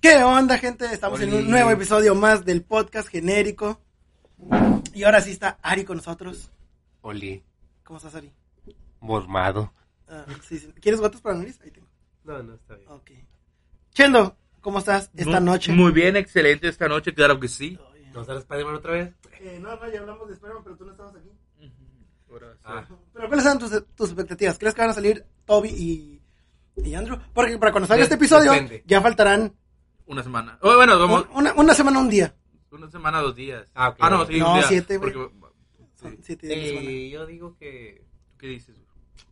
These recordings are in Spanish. ¿Qué onda, gente? Estamos en un nuevo episodio más del podcast genérico. Y ahora sí está Ari con nosotros. Oli, ¿Cómo estás, Ari? mormado. Ah, sí, sí. ¿Quieres gotas para la nariz? Ahí tengo. No, no, está bien. Ok. Chendo, ¿cómo estás esta Mu- noche? Muy bien, excelente esta noche, claro que sí. Todo bien. ¿Nos harás Spider-Man otra vez? Eh, no, no, ya hablamos de Spider-Man, pero tú no estabas aquí. Ah, Pero ¿cuáles son tus, tus expectativas? ¿Crees que van a salir Toby y, y Andrew? Porque para cuando salga De- este episodio, depende. ya faltarán Una semana. Oh, bueno, vamos, un- una, una semana, un día. una semana, dos días. Ah, ok. no, sí, No, un día, siete, güey. porque- Son siete días de semana. yo digo que... ¿Qué dices?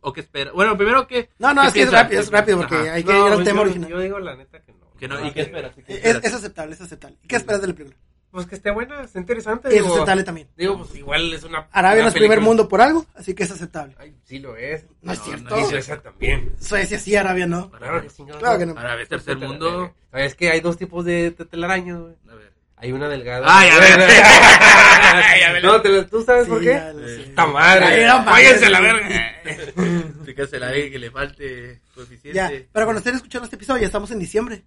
¿O qué espera? Bueno, primero que... No, no, ¿qué es que es piensas? rápido, es rápido, porque Ajá. hay que ir al yo- tema yo, original. yo digo la neta que no. Que no, Ah, ¿Y qué esperas? ¿Qué E, Es, esperas? es aceptable, es aceptable. ¿Qué esperas de la película? Pues que esté buena, esté interesante. Es Digo, aceptable también. digo, pues igual es una... Este Arabia una no es primer película- mundo por algo, así que es aceptable. Ay, sí lo es. No es No, cierto. no Y Suecia también. Suecia sí, Arabia no. Claro que sí. eh. no. Claro que no. Ahora, ¿ves tercer mundo? Sabes que hay dos tipos de de telaraños, güey. A ver. Hay una delgada. Ay, a ver. Ay, a ver. No, te lo- ¿tú sabes por Sí, qué? ya lo sé. ¡Puta madre! Ay, no mames. ¡Váyanse a la verga! Explícasela a alguien que le falte coeficiente. Ya, pero cuando estén escuchando este episodio, ya estamos en diciembre.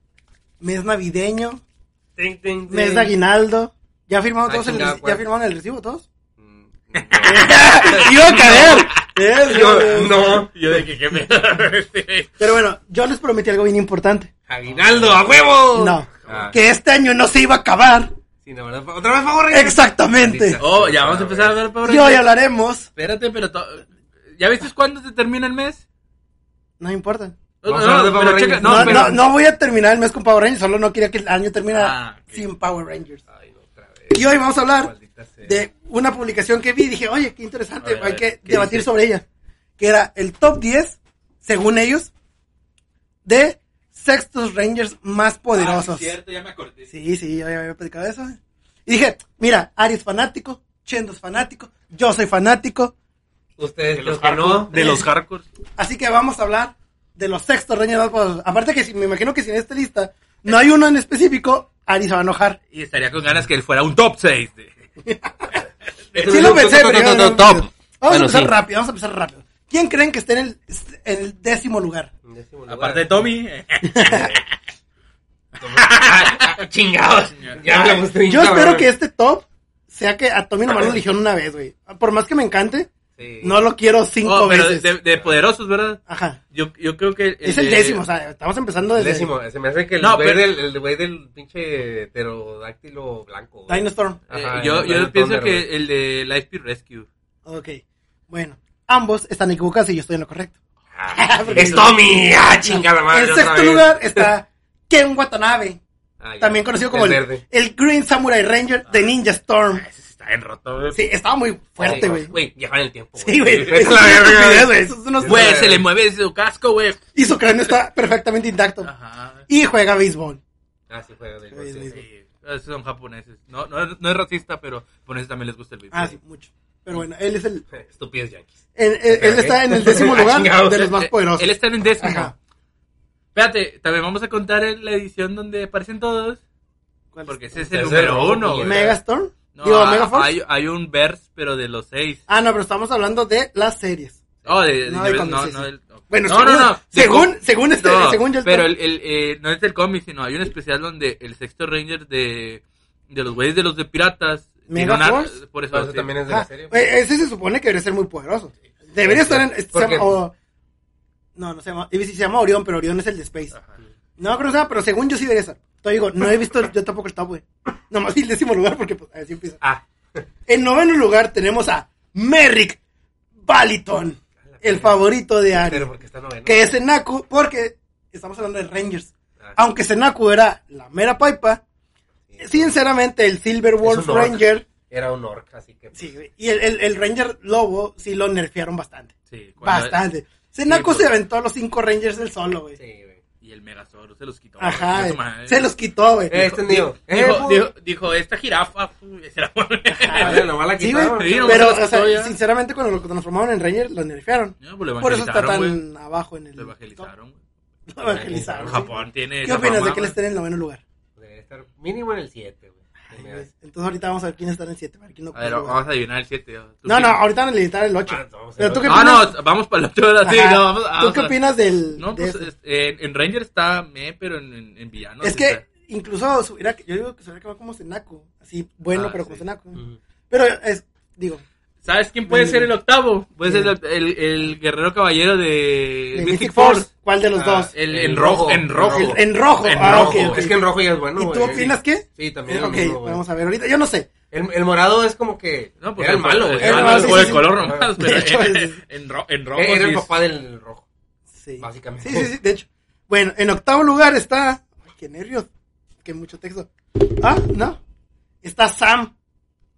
Mes navideño, Ting, ting, ting. mes de aguinaldo. ¿Ya firmaron, Ah, todos el, chingada, reci- ¿Ya cuál. firmaron el recibo todos? Mm, no. ¡Iba a caer! Eh, Yo, no. Yo de que qué me... Pero bueno, yo les prometí algo bien importante. Aguinaldo, a huevo. No, Ah, que este año no se iba a acabar. sí, la verdad. Otra vez, favor. Exactamente. Oh, ya vamos a empezar a hablar, Y pobre. hoy hablaremos, Espérate, pero... to- ¿Ya viste cuándo se termina el mes? no me importa. No, Vamos a hablar de no, Power pero checa, Rangers. no, No, pero- no, no voy a terminar el mes con Power Rangers, solo no quería que el año terminara Ah, ok. sin Power Rangers. Ay, no, otra vez. Y hoy vamos a hablar Maldita sea. de una publicación que vi y dije, oye, qué interesante, A ver, a hay ver, que ¿qué debatir dice? sobre ella. Que era el top 10, según ellos, de sextos Rangers más Ah, poderosos. ya me acordé. sí, sí, yo ya había platicado de eso. Y dije, mira, Ari es fanático, Chendo es fanático, yo soy fanático, Ustedes, De los los que no. hardcore. De los hardcore. así que vamos a hablar de los sextos Rangers más poderosos. Aparte que si, me imagino que si en esta lista no hay uno en específico, Ari se va a enojar. Y estaría con ganas que él fuera un top 6. Sí lo pensé, pero yo no- Top. Vamos a Bueno, empezar sí. rápido, vamos a empezar rápido. ¿Quién creen que esté en el, en el décimo lugar? En décimo Pues lugar. Aparte de Tommy. eh. Chingados. Ya hablamos pues, pues, Yo 30, espero cabrón. que este top sea que a Tommy nomás lo eligieron una vez, güey. Por más que me encante, Sí. no lo quiero cinco Oh, pero veces. de, de poderosos, ¿verdad? Ajá. Yo, yo creo que... Es el de- décimo, o sea, estamos empezando El desde décimo. Se me hace que el No, güey pero- del, el güey del pinche pterodáctilo blanco. güey. Dinosaur. eh, Ajá, yo el yo del pienso Thunder, que güey. el de Life Be Rescue. Ok. Bueno, ambos están equivocados y yo estoy en lo correcto. Ah, Es Tommy. Ah, chingada madre. en otra sexto vez. lugar está Ken Watanabe, Ah, ya. también conocido como El el, verde. Ah. el Green Samurai Ranger de Ninja Storm. Ese está bien roto, güey. Sí, estaba muy fuerte, güey. Güey, viajar en el tiempo. Sí, güey. Vete Eso es a una la verga, estupidez, güey. güey. Eso es unos- Güey, se le mueve su casco, güey. Y su cráneo está perfectamente intacto. Ajá. Y juega béisbol. Ah, sí, juega del Sí, sí, sí. Sí, esos son japoneses. No, no, no es racista, pero a japoneses también les gusta el béisbol. Ah, sí, mucho. Pero bueno, él es el Estúpidos yankees. Él, él- él está en el décimo Ah, lugar chingados. de los más Eh, poderosos. Él está en el décimo. Ajá. Espérate, también vamos a contar en la edición donde aparecen todos. Porque ese es el Tercero, número uno, güey. Megastorm. No, Digo, ah, Megaforce. hay, hay un verse, pero de los seis. Ah, no, pero estamos hablando de las series. Oh, de, No, de- de no, cómics, no, sí, del- no. Bueno, no, según- no, no. según- de co- según este- no, según yo está- Pero el, el, eh, no es del cómic, sino hay un especial donde el sexto ranger de, de los güeyes de los de piratas. tiene una- Megaforce. Por eso, Pero eso sí. también es de Ah, la serie. Este, güey. eh, ese se supone que debería ser muy poderoso. Debería estar en. este, se ¿Por llama- qué? o- no, no se llama. y sí se llama Orión, pero Orión es el de Space. Ajá. No, creo que se llama, pero según yo sí debería estar. Te digo, no he visto yo tampoco el top, güey. Nomás el décimo lugar porque pues, así empieza. Ah, En noveno lugar tenemos a Merrick Paliton, el favorito de Pero Ari. porque está noveno. Que es Senaku, porque estamos hablando de Rangers. Ah. Aunque Senaku era la mera paipa, sinceramente el Silver Wolf Es un orc. Ranger, Era un orc, así que. sí, güey, y el, el- el Ranger Lobo sí lo nerfearon bastante. Sí, cuando- Bastante. Senaku pues- se aventó a los cinco Rangers del solo, güey. pues, Sí, güey. Y el Megazord se los quitó. Ajá, Eso, eh, madre. se los quitó, güey. Eh, Este es mío. Dijo, dijo, dijo, esta jirafa. uy, esa era- Ajá, nomás la Ah, Sí, güey, quitaron. sí, no pero, se los o sea, quitó ya. sinceramente, cuando lo transformaron en Ranger, lo nerfearon. No, pues lo Por eso está tan evangelizaron, abajo en el. Lo evangelizaron. güey. top. Lo evangelizaron. sí. Japón tiene. ¿Qué esa opinas de fama, que él esté en el noveno lugar? Debería estar mínimo en el 7, güey. Se me hace. Entonces, ahorita vamos a ver quién está en el 7. no, güey. A ver, vamos a adivinar el 7. no, no, ahorita van a necesitar el 8. Ah, no, pero se tú lo- qué Ah, opinas. no, vamos para el 8 ahora sí. Ajá. No, vamos, ¿Tú vamos qué a- opinas del.? de No, pues este? este, en, en Ranger está me, pero en, en, en villano. es sí que está- incluso se hubiera- yo digo que se hubiera quedado como Senaku. Así, bueno, Ah, pero sí. como Senaku. Ujú. Pero es, digo, ¿Sabes quién puede ser el octavo? Puede ser el, el- el guerrero caballero de, de Mystic Force, ¿cuál de los Ah, dos? El, En en rojo. rojo. En rojo. El- En rojo. En ah, rojo. ok, ok. Es que el rojo ya es bueno, ¿Y güey. tú opinas qué? Sí, también Eh, lo Ok, mismo, güey. vamos a ver ahorita. Yo no sé. El, el morado es como que No, pues era el malo, güey. güey. Era Era el el malo, sí, por sí, el sí. color nomás, De pero hecho, en, es- en, ro- en rojo. Era el sí es- papá del rojo. Sí. Básicamente. Sí, sí, sí, de hecho. Bueno, en octavo lugar está. Ay, qué nervios. Qué mucho texto. Ah, no. Está Sam,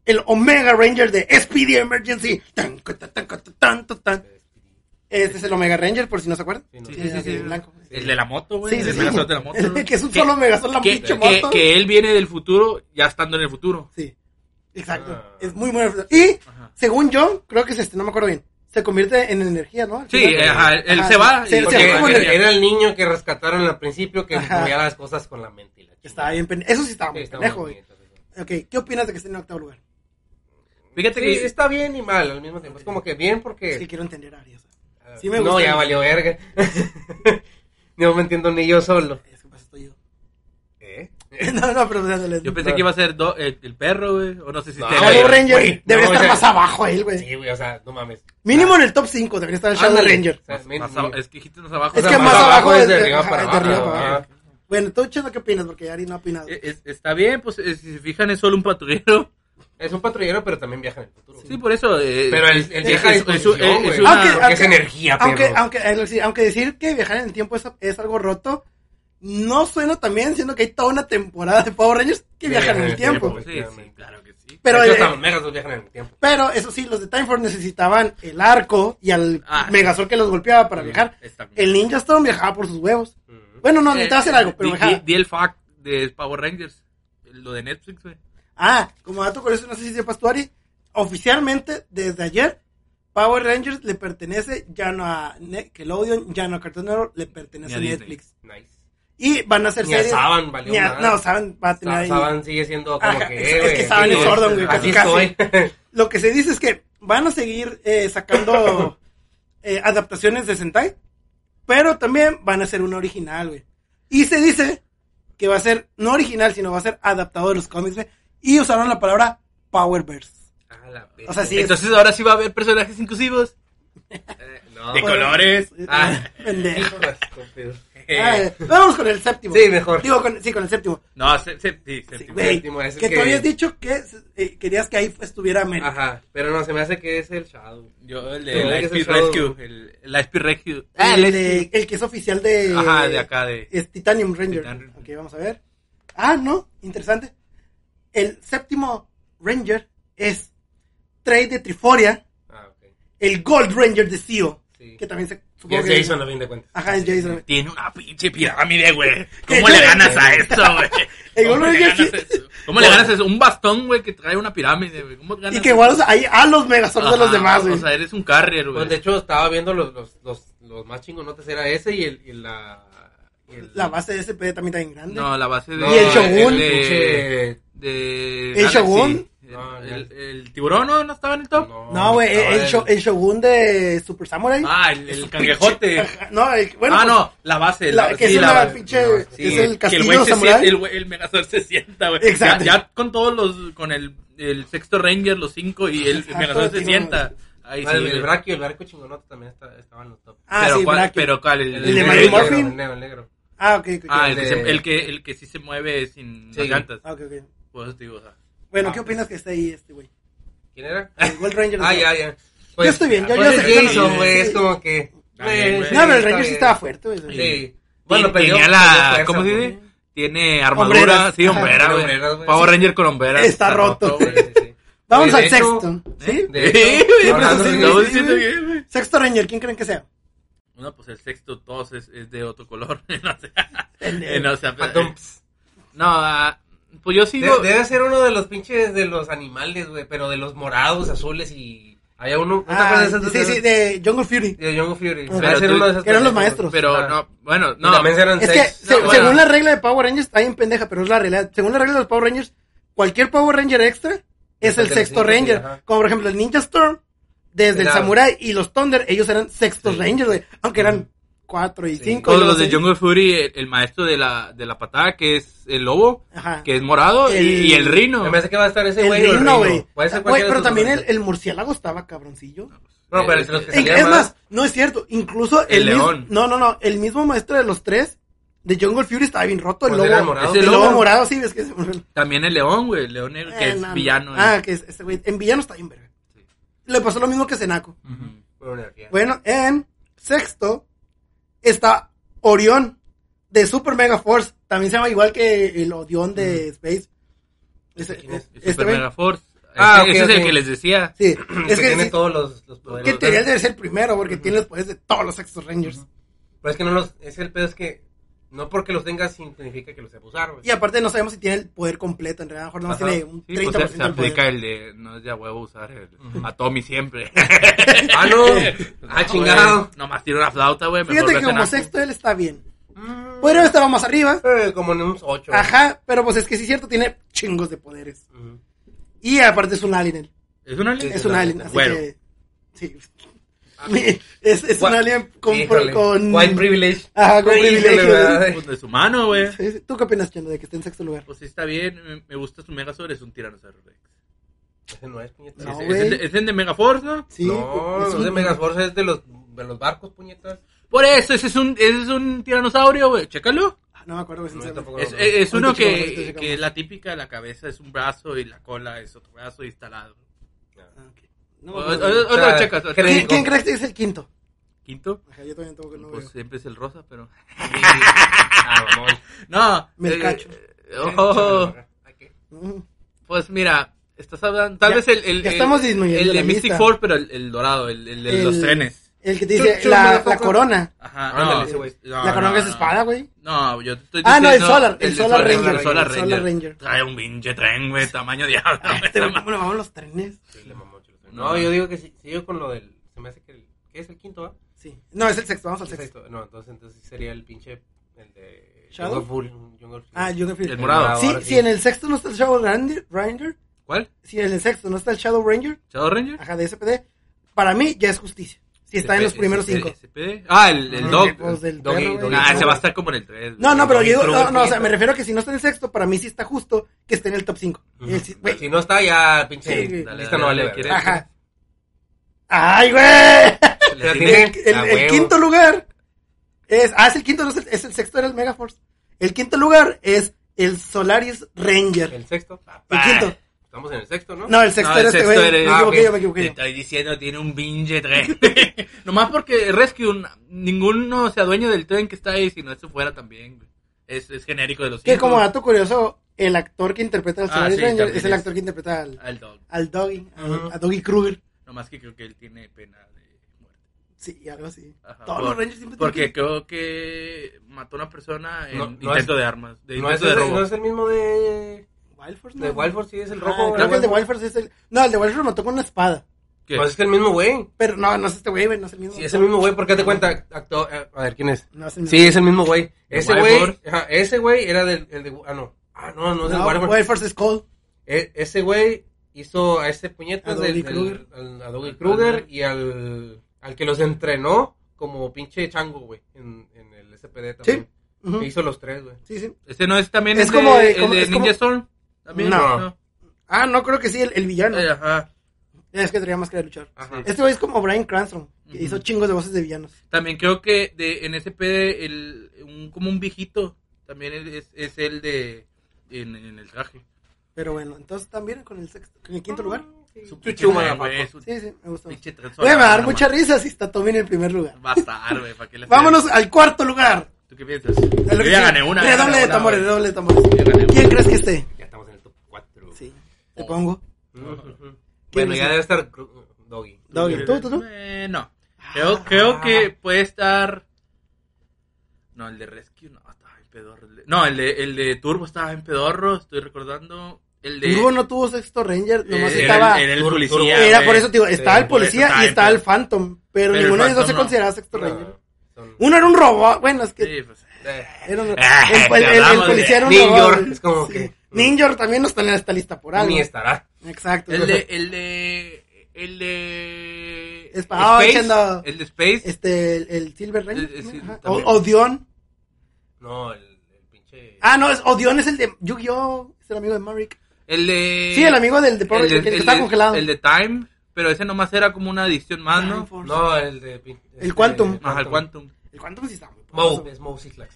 el Omega Ranger de SPD Emergency. Tan, ca, ta, tan, ca, ta, tan, ta, tan. Este es el Omega Ranger, por si no se acuerdan. Sí, no. Sí, sí, sí. el blanco. El de la moto, güey. Sí, sí, el sí. Megazord de la moto. güey. que es un solo Megazord, la que, pinche que- moto. que él viene del futuro ya estando en el futuro. Sí, exacto. Ah. Es muy bueno. Y, Ajá. según yo, creo que es este, no me acuerdo bien. Se convierte en energía, ¿no? Al Sí, final. ajá, él Ajá, se va. se- y- Porque se ve como era- en el- era el niño que rescataron al principio que Ajá. movía las cosas con la mente. y la chingada. Estaba bien pendejo. Eso sí estaba Sí, muy está pendejo, muy güey. bien, entonces, güey. Ok, ¿qué opinas de que esté en octavo lugar? Fíjate Sí, que está bien y mal al mismo tiempo. Es como que bien porque. Es que quiero entender a Ari, o sea. ah, sí me no, gusta. ya valió verga. no me entiendo ni yo solo. Es que pasa estoy yo. ¿Eh? No, no, pero dale. yo pensé que iba a ser do- el, el perro, güey. O no sé si No, esté- güey, Shadow Ranger güey, debería no, estar o sea, más abajo él, güey. Sí, güey, o sea, no mames. Mínimo en el top 5 debería estar el Shadow Ándale. Ranger. O sea, men- Más ab- es que dijiste abajo. o Es sea, que más abajo es es de de- arriba ajá, para es de abajo. arriba para ajá. abajo. Bueno, tú, Chema, ¿qué opinas? Porque Ari no ha opinado. Eh, es- está bien, pues eh, si se fijan es solo un patrullero. Es un patrullero, pero también viaja en el futuro. Sí, por eso. eh, Pero el, el es- viaja es- es, es- es- es una- Aunque- porque es energía, perro. Aunque, aunque, eh, sí, aunque decir que viajar en el tiempo es, es algo roto, no suena también, siendo que hay toda una temporada de Power Rangers que viajan en el tiempo. Sí, sí, claro que sí. Pero, De hecho, eh, hasta los megas los viajan en el tiempo. pero eso sí, los de Time Force necesitaban el arco y al Ah, sí. Megazord que los golpeaba para viajar. Está bien. El Ninja Storm viajaba por sus huevos. Ujú. Bueno, no, Eh, necesitaba hacer algo, pero di, viajaba. di- di el fact de Power Rangers. Lo de Netflix, güey. Ah, como dato curioso, no sé si sepas tú, Ari, oficialmente, desde ayer, Power Rangers le pertenece ya no a Nickelodeon, ya no a Cartoon Network, le pertenece Ni a, a Disney. Netflix. Nice. Y van a hacer Ni a series... Saban valió ni a- nada. no, Saban va a tener Sa- ahí- Saban sigue siendo como Ajá, que. es- es güey, que Saban así es sordo, güey, Así casi, estoy. Lo que se dice es que van a seguir eh, sacando eh, adaptaciones de Sentai, pero también van a hacer una original, güey. Y se dice que va a ser, no original, sino va a ser adaptado de los cómics, güey. Y usaron la palabra Powerverse. A la O sea, sí, es- Entonces ahora sí va a haber personajes inclusivos. Eh, no. De colores. Ah, Eh, Pendejo. estúpido. Ay, vamos con el séptimo. Sí, mejor. Digo, con, sí, con el séptimo. no, se, se- sí, se- Sí, sí. güey, séptimo, es que que- tú habías dicho que eh, querías que ahí estuviera América. Ajá, pero no, se me hace que es el Shadow. Yo, el Sí, de ese Life Speed show. Rescue. El, el Life Speed Rescue. el, de- el que es oficial de, Ah, Ajá, de acá, de. Es Titanium Ranger. Titan- Ok, vamos a ver. Ah, no, interesante. El séptimo Ranger es Trey de Triforia, Ah, ok. el Gold Ranger de Zio. Sí. Que también se Y supongo es que- Jason, a fin de cuentas. Ajá, es Jason. Tiene una pinche pirámide, güey. Que ¿Cómo yo le le- ganas a esto, güey? El ¿Cómo Gold le Ranger ganas sí- a eso? ¿Cómo le ganas a eso? Un bastón, güey, que trae una pirámide, güey. ¿Cómo ganas Y que igual o sea, hay a los Megazords de los Ajá, demás, güey. O sea, eres un carrier, Pues, güey. de hecho, estaba viendo los, los, los, los más chingonotes. Era ese y, el, y la. y el- La base de SP también está bien grande. No, la base de. No, Y el Shogun. de- pinche- de ¿El Shogun? El, No, el- el tiburón no, no estaba en el top. No, güey, el, estaba el Sho- el Shogun de Super Samurai. Ah, el, el cangrejote. Ajá, No, el- bueno, ah, pues, no, la base. la- que sí, es la, base. pinche, sí, es que el castillo güey se samurai. siente- el, güey- el Megazord se sienta, güey. Ya, Exacto. ya con todos los, con el, el sexto Ranger, los cinco, y el Exacto, Megazord se tío. sienta. Ahí Ah, el, sí, el güey. braquio, el braquio chingonote también está, estaba en los top. Ah, pero, sí, cuál- Bracken. pero cuál, el, de el- Mary el- negro, Morphin? El negro, el negro. Ah, ok, ok. Ah, ok. el que, se, el, que, el que sí se mueve sin Sí. gargantas. Ah, ok, ok. Pues, digo, o sea, Bueno, Ah, ¿qué pues. opinas que esté ahí este güey? ¿Quién era? El Gold Ranger. Ah, ¿no? ya, ya. Pues, yo estoy bien, yo, yo Pues sé es que Jason, güey, es como que... bien, güey, güey. No, pero el está Ranger sí bien. estaba fuerte, güey. Sí. Bueno, Bueno, perdió- tenía perdió la. fuerza, ¿Cómo se güey. dice? Tiene armadura, Hombreras. sí, Ajá, hombrera, tiene güey. hombreras, güey. Power Sí. Ranger con hombreras. Está roto. güey, sí, sí. Vamos Güey, al de hecho- sexto. ¿Sí? de hecho, Sí, güey, hablando pues, de- sí, estamos sí, diciendo güey. que, güey. Sexto Ranger, ¿quién creen que sea? No, pues el sexto todos es, es de otro color. no sé. Eh, no, o sea, Phantom, eh, no, ah, pues yo sigo. de- debe ser uno de los pinches de los animales, güey, pero de los morados, azules y... Había uno... ¿no te Ah, acuerdas de esas- sí, sí, de Jungle Fury. De Young Fury. Pero Debe ser tú- uno de esos que eran los pendejos. maestros. pero Ajá. no, bueno, Y no. también eran Es que, seis. se- bueno. según la regla de Power Rangers, está bien pendeja, pero es la realidad. Según la regla de los Power Rangers, cualquier Power Ranger extra es Es el el del sexto cinco, sí, Ranger. ajá. Como por ejemplo el Ninja Storm, desde el Era- Samurai y los Thunder, ellos eran sextos Rangers, güey. Aunque eran cuatro y cinco. Todos y los de seis. Jungle Fury, el, el maestro de la, de la patada, que es el lobo, Ajá. que es morado, y- El- y, el rino. Me parece que va a estar ese El güey. o el Rhino, Rhino. güey. Puede ser Güey, cualquiera de pero esos también dos. el, el murciélago estaba cabroncillo. No, pero es los que En- salían es más. más, no es cierto. Incluso el, El mismo- león. No, no, no. El mismo maestro de los tres de Jungle Fury estaba bien roto. El Pues lobo era el morado. Ese El lobo. lobo morado, sí, ves que es También el león, güey, el león negro, que Eh, es no, no. villano. Ah, eh. que es ese güey. En villano está bien, verga. Le pasó lo mismo que Senaco. Bueno, energía. Bueno, en sexto está Orión de Super Mega Force. También se llama igual que el Odión de Space. Ese- ¿Quién es? El este Super güey. Mega Force. ese Ah, ok, ese es el ok. que les decía. Sí, es que, tiene sí, todos los, los poderes. que en teoría debe ser el primero porque tiene los poderes de todos los sextos Rangers. Pero es que no los. Es el pedo, es que. No porque los tengas significa que los sepas usar, güey. Y aparte no sabemos si tiene el poder completo, en realidad a lo mejor no Ajá. tiene un Sí, pues, 30% se, se del poder. aplica el de no es de a huevo usar el, a Tommy siempre. ¡Ah, no! ¡Ah, chingado! Güey, Nomás tiro una flauta, güey. mejor Fíjate que vete como a- sexto él está bien. Mm, Podría haber estado más arriba. eh, como en unos 8. Ajá, pero pues es que sí es cierto, tiene chingos de poderes. Y aparte es un alien él. ¿Es una Sí, Es un alien, así Bueno. que... Sí. Es, es un Gua- alien con... con- White privilege. Ajá, con Híjole, privilegio. ¿verdad? Pues de su mano, güey. Sí, sí. ¿Tú qué opinas, Chendo, de que esté en sexto lugar? Pues sí está bien, me, me gusta su Megazord, es un tiranosaurio Rex. Ese no es, puñetas. No, Es- Ese- es, güey. el de- es el de Megaforce, ¿no? Sí, no, es no es de Megaforce, es de los, de los barcos, puñetas. Por eso, ese es un, ese es un tiranosaurio, güey. Chécalo. Ah, No me acuerdo. No, sinceramente. tampoco. Es, eh, es- es uno Ahorita checamos, ahorita que, checamos. que la típica, la cabeza es un brazo y la cola es otro brazo y está al lado. Ah, ok. No me O- o- acuerdo. o- O sea, Otro checas. otro- creen- ¿Quién, quién crees que es el quinto? Quinto. Ajá, yo también tengo que no Pues veo. siempre es el rosa, pero. ah, mamón. No. Melcacho. eh, oh, Ay, qué- Ujú. pues mira, estás hablando. Tal Ya- vez el. el ya el- estamos disminuyendo El de la Mystic lista. Four, pero el, el dorado, el, el de los El- trenes. El que te dice Chum, chum, la, motherfucker. la corona. Ajá. Ándale, no, ese güey. no, la corona no, que es no. espada, güey. No, yo te estoy Ah, no, el diciendo- Solar, el de Solar Ranger, El Solar el Ranger. Solar Ranger. Trae un pinche tren, güey, tamaño diablo. Este güey, ¿Cómo le vamos los trenes? Sí, le mamó, chulo. No, yo digo que si, si yo con lo del. Se me hace que. El, ¿Qué es el quinto, ah? va? Sí. No, es el sexto, vamos al El sexto. sexto. No, entonces, entonces sería el pinche. El de. ¿Shadow? Jungle Fury, Jungle Fury. Ah, yo confío. El morado. Sí, ahora si en el sexto no está el Shadow Ranger, Ranger, ¿Cuál? si en el sexto no está el Shadow Ranger, ¿Shadow Ranger? ajá, de SPD, para mí ya es justicia. Si está en los SP, primeros SP, cinco. SP. Ah, el, el Porque, Dog. pues, del Doggy, perro, güey. Doggy. Ah, ese va a estar como en el 3. No, no, pero yo digo, no, Doggy. no, o sea, me refiero a que si no está en el sexto, para mí sí está justo que esté en el top 5. si no está, ya, pinche. Sí, güey. lista no vale. Dale, verga. dale, Ajá. ¡Ay, güey! Pero tiene- tiene- El, el- a el huevo. quinto lugar es. Ah, es el quinto, no es el, es el sexto, era el Megaforce. El quinto lugar es el Solaris Ranger. El sexto. ah, El quinto. Estamos en el sexto, ¿no? No, el sexto No, el era este sexto güey. era- Me ah, equivoqué, ok. yo me equivoqué. Te yo. estoy diciendo, tiene un pinche tren. Nomás porque Rescue, ninguno se adueña del tren que está ahí, si no, eso fuera también. güey. Es, es genérico de los Que cinco. como dato curioso, el actor que interpreta al Ah, Solaris sí, Ranger también es el es. actor que interpreta al, Al Dog. al Doggy, a- Ujú. a Doggy Kruger. Nomás que creo que él tiene pena de muerte. Sí, algo así. Ah, Ajá, Todos por- los Rangers siempre Porque tienen que- creo que mató a una persona en No, no intento es- de armas, de No es, intento de el, robo. no es el mismo de. Wild Force, De no. Wild Force, sí, es el Ah, rojo. creo que el de Wild Wild Force es el. No, el de Wild Force lo mató con una espada. ¿Qué? Pues es que el mismo güey. Pero no, no es este güey, güey, no es el mismo. Si es el mismo güey, porque te cuenta, acto- eh, a ver, ¿quién es? No es el mismo. Sí, es el mismo güey. Ese Wild güey, Force. ajá, ese güey era del, el de, ah, no, ah, no, no es No, pues. del Warfare. Wild Force es Cold. E- ese güey hizo a este A puñetas Doggy del, Kruger. del, al- a Doggy Kruger y al, al que los entrenó como pinche chango, güey, en, en el SPD también. Ujú. Hizo los tres, güey. Sí, sí. Ese no es también Es el como de- de, el como- de es como- Ninja Storm. También, No. Ah, no, creo que sí, el, el villano. Eh, ajá. Es que tenía más que de luchar. Ajá. Este güey es como Brian Cranston, que Ujú. hizo chingos de voces de villanos. También creo que de, en SPD el, un, como un viejito también es, es el de en, en el traje. Pero bueno, entonces también con el sexto, con el quinto lugar. Sí, Su sí, pinche Chuchu, tren, güey, güey, su sí, me gustó. Ah. pinche tren Güey, me va a dar solar, mucha risa si está Tomín en primer lugar. no mames. Va a estar, güey, ¿para qué le Vámonos al cuarto lugar. ¿Tú qué piensas? A Yo lo que ya sigue. gané una. ya Redoble gané de una, tambores, güey. redoble de tambores. Yo gané una. ¿Quién crees que esté? Ya estamos en el top 4. Sí, te pongo. Bueno, ya es? debe estar cru- Doggy. Doggy, tú, tú, tú. Eh, no. Creo, creo que puede estar. No, el de Rescue no, estaba en pedorro. El de- No, el de, el de Turbo estaba en pedorro, estoy recordando. El de. Turbo no tuvo sexto Ranger, nomás eh, estaba. Era, el- era el Turbo- policía. Turbo. güey. Era por eso, te digo, estaba Sí, el por eso policía estaba y en estaba pedo. el Phantom. Pero, Pero el ninguno de los dos se Phantom no. consideraba sexto Ranger. No, son- Uno era un robot. Bueno, es que. Sí, pues, eh, Era un- Ah, el, el- te el- el hablamos policía de era un Ninja, robot. es como que- Ninja también no está en esta lista por algo. Ni estará. Exacto. El de. El de. El de. Espada, Space, echando- El de Space. Este, el, el Silver Ranger. Eh, eh, sí, también, ajá. también. O- Odeon. No, el, el pinche. Ah, no, es Odeon es el de Yu-Gi-Oh! Es el amigo de Marek. El de. Sí, el amigo del de Power el de- Ranger, el, que el está de- congelado. El de Time. Pero ese nomás era como una edición más, ¿no? Time Force. No, el de. pin- este, Quantum. Ajá, el Quantum. El Quantum sí está muy poderoso, Moe, güey. es Moe Cyclax.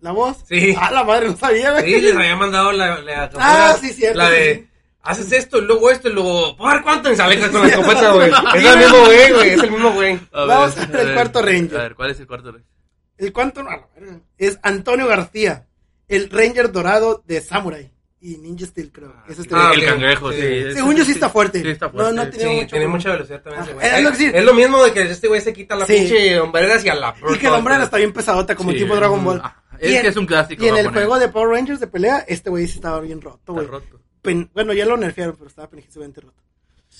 ¿La voz? Sí. Ah, la madre, no sabía, güey. Sí, les había mandado la, la Ah, captura, sí, cierto, La sí, de. sí. Haces esto y luego esto y luego. ¿Por cuánto? Y se aleja con la escopeta, güey. Es el mismo güey, güey. Es el mismo güey. A Vamos a ver el cuarto Ranger. A ver, ¿cuál es el cuarto Ranger? El Quantum, a la verga, Es Antonio García, el Ranger dorado de Samurai y Ninja Steel, creo. Es este ah, güey. el ok. cangrejo, Sí. sí. Según yo sí está fuerte. Sí, está No, fuerte. no sí. Tiene Sí, mucho- tiene mucha velocidad también ese Ah, güey. es lo que sí. Es lo mismo de que este güey se quita la Sí. pinche hombrera hacia la Y que la hombrera está bien pesadota, como Sí. tipo Dragon Ball. Ah, Y es en- que es un clásico. Y en el japonés. juego de Power Rangers de pelea, este güey sí estaba bien roto, Está güey. roto. Pen- Bueno, ya lo nerfearon, pero estaba penijisamente roto.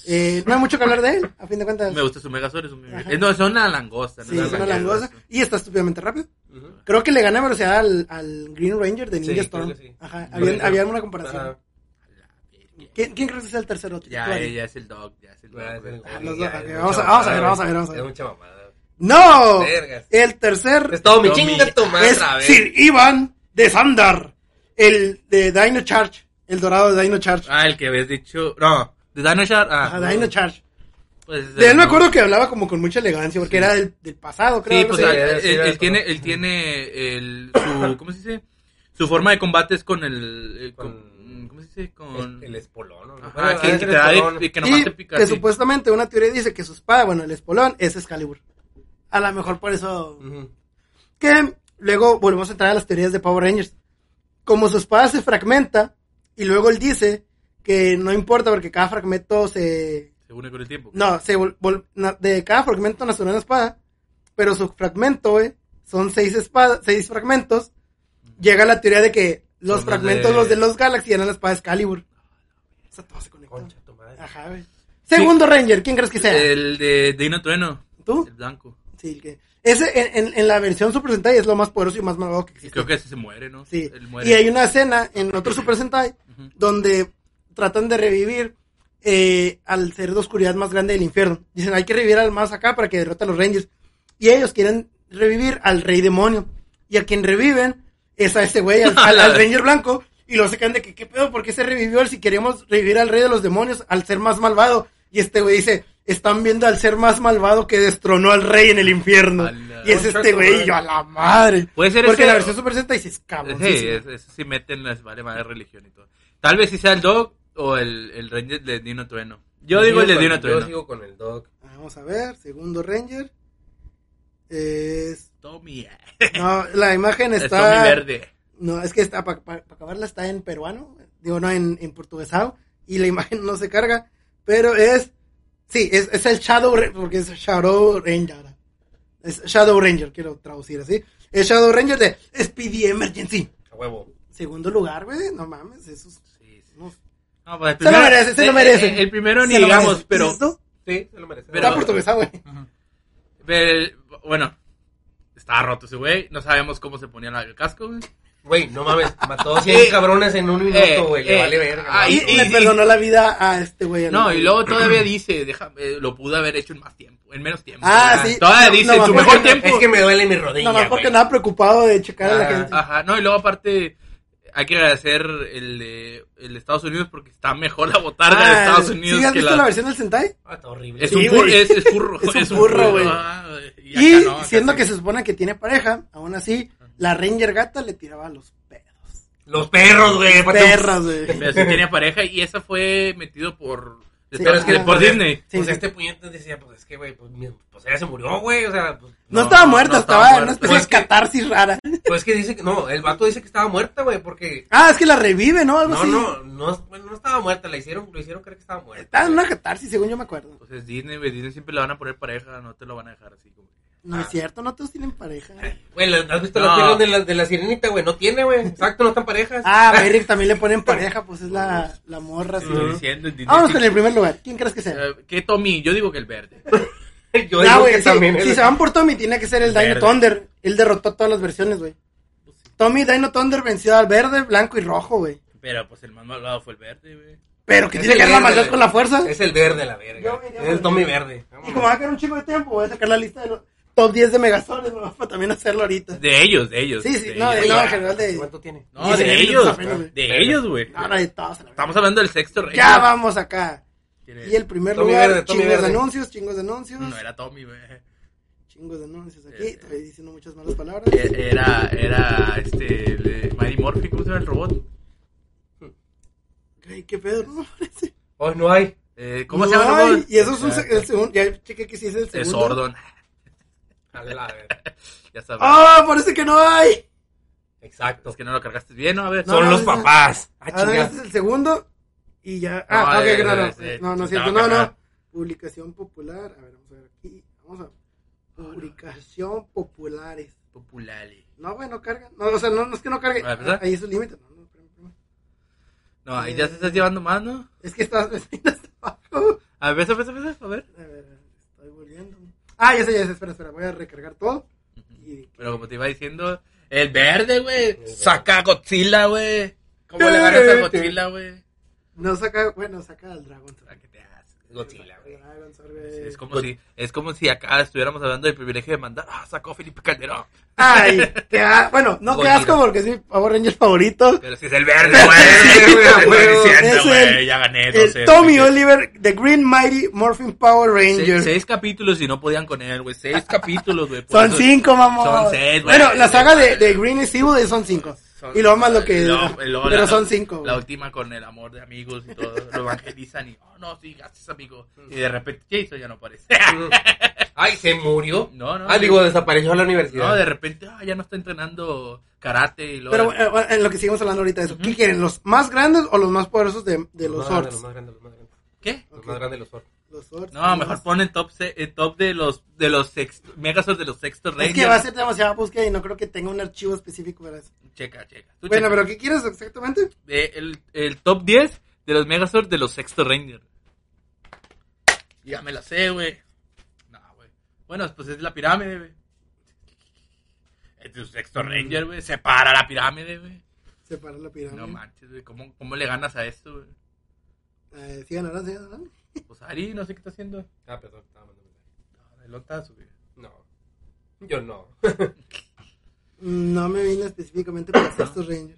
Eh, no hay mucho que hablar de él, a fin de cuentas. Me gusta su Megazord. Es un... Ajá. eh, No, es una langosta. ¿no? Sí, es una langosa. Y está estúpidamente rápido. Ujú. Creo que le gana velocidad al, al Green Ranger de Ninja Sí, Storm. creo que sí. Ajá, había, había una comparación. Ajá. ¿Quién, quién crees que es el tercero? Tú, Ya, Ari. eh, ya es el dog. Ya es el dog. Ah, es el- güey. Ah, los ya, dos, es ok, mucha vamos a- vamos a ver, mamada, vamos a ver, vamos a Es ver. mucha mamada. ¡No! Vergas. El tercer Es todo mi Tommy. chinga tu madre es otra vez. Sir Ivan de Sandar, el de Dino Charge, el dorado de Dino Charge. Ah, el que habías dicho. No, de Dino Shark. Ah, Ajá, Dino Charge. pues, De él me no. acuerdo que hablaba como con mucha elegancia, porque era del, del pasado, creo. Sí, algo pues así. ah, él, sí, él sí, tiene, sí. él tiene el, su. ¿Cómo se dice? Su forma de combate es con el. eh, con- Con- ¿Cómo se dice? Con. El, el espolón. ¿no? Ajá, Ah, que, es que el te da de- espolón. y que nomás y te pica. que así. supuestamente una teoría dice que su espada, bueno, el espolón, es Excalibur. A lo mejor por eso... Ujú. Que luego volvemos a entrar a las teorías de Power Rangers. Como su espada se fragmenta, y luego él dice que no importa porque cada fragmento se... Se une con el tiempo. No, se vol- vol- na- de cada fragmento nace una espada, pero su fragmento, güey, son seis espadas, seis fragmentos. Llega la teoría de que los Son los fragmentos, de- los de los Galaxy, eran la espada Excalibur. O sea, todo se conecta. Concha tu madre. Ajá, Eh, güey. Segundo Ranger, ¿quién crees que sea? El de Dino Trueno. ¿Tú? El blanco. Sí, el que... Ese, en, en- en la versión Super Sentai, es lo más poderoso y más malvado que Y existe. creo que ese se muere, ¿no? Sí. Él Y hay muere. una escena en otro Super Sentai Ujú. donde tratan de revivir eh, al ser de oscuridad más grande del infierno. Dicen, hay que revivir al más acá para que derrote a los Rangers. Y ellos quieren revivir al Rey Demonio. Y a quien reviven es a ese güey, al, al- al Ranger Blanco. Y los se quedan de que, ¿qué pedo? ¿Por qué se revivió él si queríamos revivir al Rey de los Demonios, al ser más malvado? Y este güey dice, están viendo al ser más malvado que destronó al Rey en el infierno. A la- Y es este güey, y yo a la madre. Puede ser Porque ese- la versión Super Sentai se escapa. Sí, es- eso sí meten las vale madre religión y todo. Tal vez si sea el Dog o el, el Ranger de Dino Trueno. Yo digo el de con- Dino Yo Trueno. sigo con el dog. Vamos a ver, segundo Ranger. Es. Tommy. eh, No, la imagen Es Tommy está. Verde. No, es que está, para acabarla, está en peruano. Digo, no, en, en portuguesado. Y la imagen no se carga. Pero es. Sí, es, es el Shadow Ra- porque es Shadow Ranger. ahora. Es Shadow Ranger, quiero traducir así. Es Shadow Ranger de Speedy Emergency. A huevo. Segundo lugar, güey, no mames, esos. Sí, sí. no. No, pues el Se lo primero- merece, se lo eh, merece. eh, el primero ni Se lo digamos, merece. pero, ¿Dices tú? Sí, se lo merece. Pero- Está portuguesado, güey. pero el- Bueno, estaba roto ese güey. No sabemos cómo se ponía la- el casco, güey. Güey, no mames. Mató 100 cabrones en un minuto, güey. Le eh, vale verga. ah, güey. Y, y- le y- perdonó la vida a este güey. al- No, y luego todavía dice, deja, eh, lo pudo haber hecho en más tiempo, en menos tiempo. Ah, sí. Todavía No, dice, no, en su porque- mejor tiempo. Es que me duele mi rodilla, No, más porque güey. andaba preocupado de checar a la Ah, gente. Ajá, no, y luego aparte hay que agradecer el de, el de Estados Unidos porque está mejor la botarga de Ah, Estados ¿Sí Unidos has que visto la... la... versión del Sentai? Ah, está horrible. Es Sí, un burro, güey. es, es furro, Es un es un burro, burro, güey. ah, Y, acá no, acá siendo sí. que se supone que tiene pareja, aún así, la Ranger gata le tiraba los pedos. Los perros, güey. aparte- pues, Perras, güey. Pero sí tenía pareja y esa fue metido por Sí, Pero es que claro. por Disney. Sí, pues sí. este puñetón decía, pues es que, güey, pues, mi- pues ella se murió, güey, o sea, pues, No, No, estaba muerta, no estaba estaba en una muerta. especie Pues de que- catarsis rara. pues es que dice que, no, el vato dice que estaba muerta, güey, porque, Ah, es que la revive, ¿no? Algo no, así. no, no, bueno, no estaba muerta, la hicieron, lo hicieron creer que estaba muerta. Estaba en una catarsis, según yo me acuerdo. Pues es Disney, güey. Disney siempre le van a poner pareja, no te lo van a dejar así como. No es cierto, no todos tienen pareja. Güey, ¿la- ¿has visto No. las piernas de la, de la sirenita, güey? No tiene, güey, exacto, no están parejas. Ah, a Eric también le ponen pareja, pues es la, la morra. sí. Estoy diciendo, Disney Vámonos sí- con el primer lugar. ¿Quién crees que sea? Eh, ¿Qué Tommy? Yo digo que el verde. yo Nah, digo güey, que sí, también si es- se van por Tommy, tiene que ser el Dino Verde. Thunder. Él derrotó todas las versiones, güey. Tommy Dino Thunder venció al verde, blanco y rojo, güey. Pero pues el más malvado fue el verde, güey. Pero que Es tiene el que ver la verde, maldad güey. con la fuerza. es el verde, la Yo verga, me iría es por el el Tommy verde. verde. Y como va a quedar un chico de tiempo, voy a sacar la lista de los top 10 de Megazones, güey, para también hacerlo ahorita. De ellos, de ellos. Sí, sí, de no, ellos. de- Oye, en general de- ¿Cuánto tiene? No, Sí, de sí, ellos. apenas, güey. De ellos, güey. Ahora de todos. a la verga. Estamos hablando del sexto rey. Ya güey. vamos acá. ¿Quién es? Y el primer Tommy lugar, verde, Tommy chingos de verde. anuncios, chingos de anuncios. No era Tommy, güey. Chingos de anuncios aquí. Eh, eh. Estoy diciendo muchas malas palabras. Eh. E- Era, era, este, el de Mighty Morphin, ¿cómo se llama el robot? Ay, qué pedo, ¿no? Hoy no hay. Eh, ¿Cómo se llama Ay, el robot? Y eso es Eh. un, se- Exacto. el segundo. Ya chequé que sí es el De segundo. Sordon. A la verga. Ya sabes. ¡Ah! parece que no hay. Exacto. Es que no lo cargaste bien, ¿no? A ver. No, Son no, los no. papás. Ah, Ah, no, chinga. este es el segundo. Y ya. Ah, No, ok, eh, claro. eh, eh, no, no es no, cierto. No, no. carnal. Publicación popular. A ver, vamos a ver aquí. Vamos a. Publicación populares. Populali. No, güey, no carga. No, o sea, no, no es que no cargue. A ver, ¿verdad? Ahí es un límite. No, no, espérame, espérame. No, ahí Eh. ya te estás llevando más, ¿no? Es que estás hasta abajo. A ver, a ver, a ver, a ver. este A ver, estoy volviendo. Ah, ya sé, ya sé. Espera, espera. Voy a recargar todo. Y Pero como te iba diciendo, el verde, güey. Saca a Godzilla, güey. ¿Cómo le Eh, ganas a eh, Godzilla, güey? no saca. Bueno, saca al dragón. ¿A qué te haces? Godzilla, El güey. Dragon Sword, Sí, güey. Es como, si, es como si acá estuviéramos hablando del privilegio de mandar. Ah, sacó a Felipe Calderón. Ay, qué a- bueno, no qué Godzilla. asco porque es mi Power Ranger favorito. Pero si es el verde, güey. Sí, güey, Te estoy huevo. diciendo, Es el- güey. Ya gané. El Eh, sé, Tommy sé. Oliver, The Green Mighty Morphin Power Se- Ranger. Seis, capítulos y no podían con él, güey. Seis capítulos, güey. Por Son eso- cinco, mamón. Son seis, güey. Bueno, la saga de, de Green is Evil son cinco. Son- y luego más lo que. y luego- y luego pero la- son cinco. La güey. última con el amor de amigos y todo. Lo evangelizan y. Oh, no, sí, gracias, amigo. Y de repente, Jason ya no aparece. Ay, se murió. No, no. Ah, sí. digo, desapareció a la No, universidad. de repente, ah, ya no está entrenando karate y luego. Pero bueno, bueno, en lo que seguimos hablando ahorita de eso. ¿Qué quieren? ¿Los más grandes o los más poderosos de, de los más grandes, Swords? Los más grandes, los más grandes. ¿Qué? Los Ok. más grandes, los Swords. Los Swords. No, mejor ponen top, se- eh, top de los de los sexto, Megazords de los sextos Es reyes. que va a ser demasiada búsqueda y no creo que tenga un archivo específico para eso. Checa, checa. Tú Bueno, checa. pero ¿qué quieres exactamente? De el, el top 10 de los Megazords de los sextos Rangers. Ya me la sé, güey. No, güey. Bueno, pues es la pirámide, güey. Es un sexto Ranger, güey. Separa la pirámide, güey. Separar la pirámide. No manches, güey. ¿Cómo, ¿Cómo le ganas a esto, güey? Eh, sigan hablando, sigan hablando. Pues Ari, no sé qué está haciendo. Ah, perdón, estaba mandando mensaje. No, el otazo, güey. No. Yo no. No me vino específicamente para Sexto Ranger.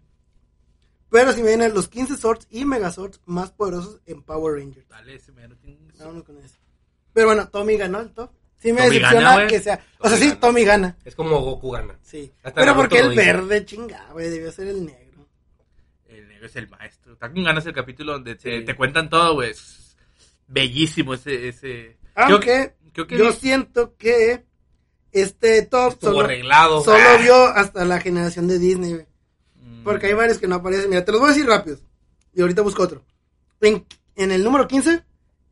Pero sí me vienen los 15 Swords y Megasorts más poderosos en Power Ranger. Dale, ese mero. tiene- Vámonos con eso. Pero bueno, Tommy ganó el top. Sí me Tommy decepciona gana, güey. que sea. O sea, Tommy sí, gana. Tommy gana. Es como Goku gana. Sí. Hasta Pero Naruto porque el lo dice. verde, chingada, güey. Debió ser el negro. El negro es el maestro. Está con ganas el capítulo donde te, Sí. te cuentan todo, güey. Es Bellísimo ese... ese... Ah, Creo que- Aunque creo que yo vi- siento que este top Estuvo solo, arreglado. solo Ah, vio hasta la generación de Disney, güey. Mm. Porque hay varios que no aparecen. Mira, te los voy a decir rápidos. Y ahorita busco otro. En, en el número 15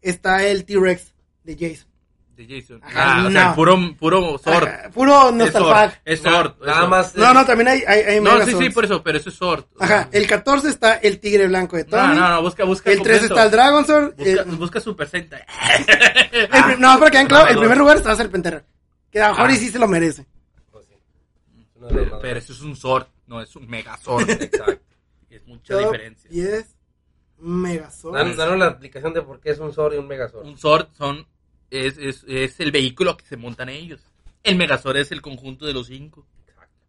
está el T-Rex de Jason. De Jason. Ajá, ah, o sea, no. el puro, puro Zord. Ah, puro Es Zord. Nostalfag. Es Nada, Zord. nada más. No, no, también hay, hay, hay No, sí, Megazords. sí, por eso, pero eso es Zord. Ajá, el 14 está el Tigre Blanco de No, Tommy. no, no, busca, busca. el 13 completo. está el Dragon Sword. Busca, el- busca Super Sentai. el pri- no, para que vean claro, no, el no. primer lugar está Serpentera. Que a lo mejor Ah. y sí se lo merece. Pues sí. Es uno de los Pero, más pero grandes. eso es un Zord, no es un Mega Zord. Exacto. es mucha Top diferencia. 10 Megazord. Dan- Danos la explicación de por qué es un Zord y un Megazord. Un Zord son, es, es, es el vehículo que se montan ellos. El Megazord es el conjunto de los cinco.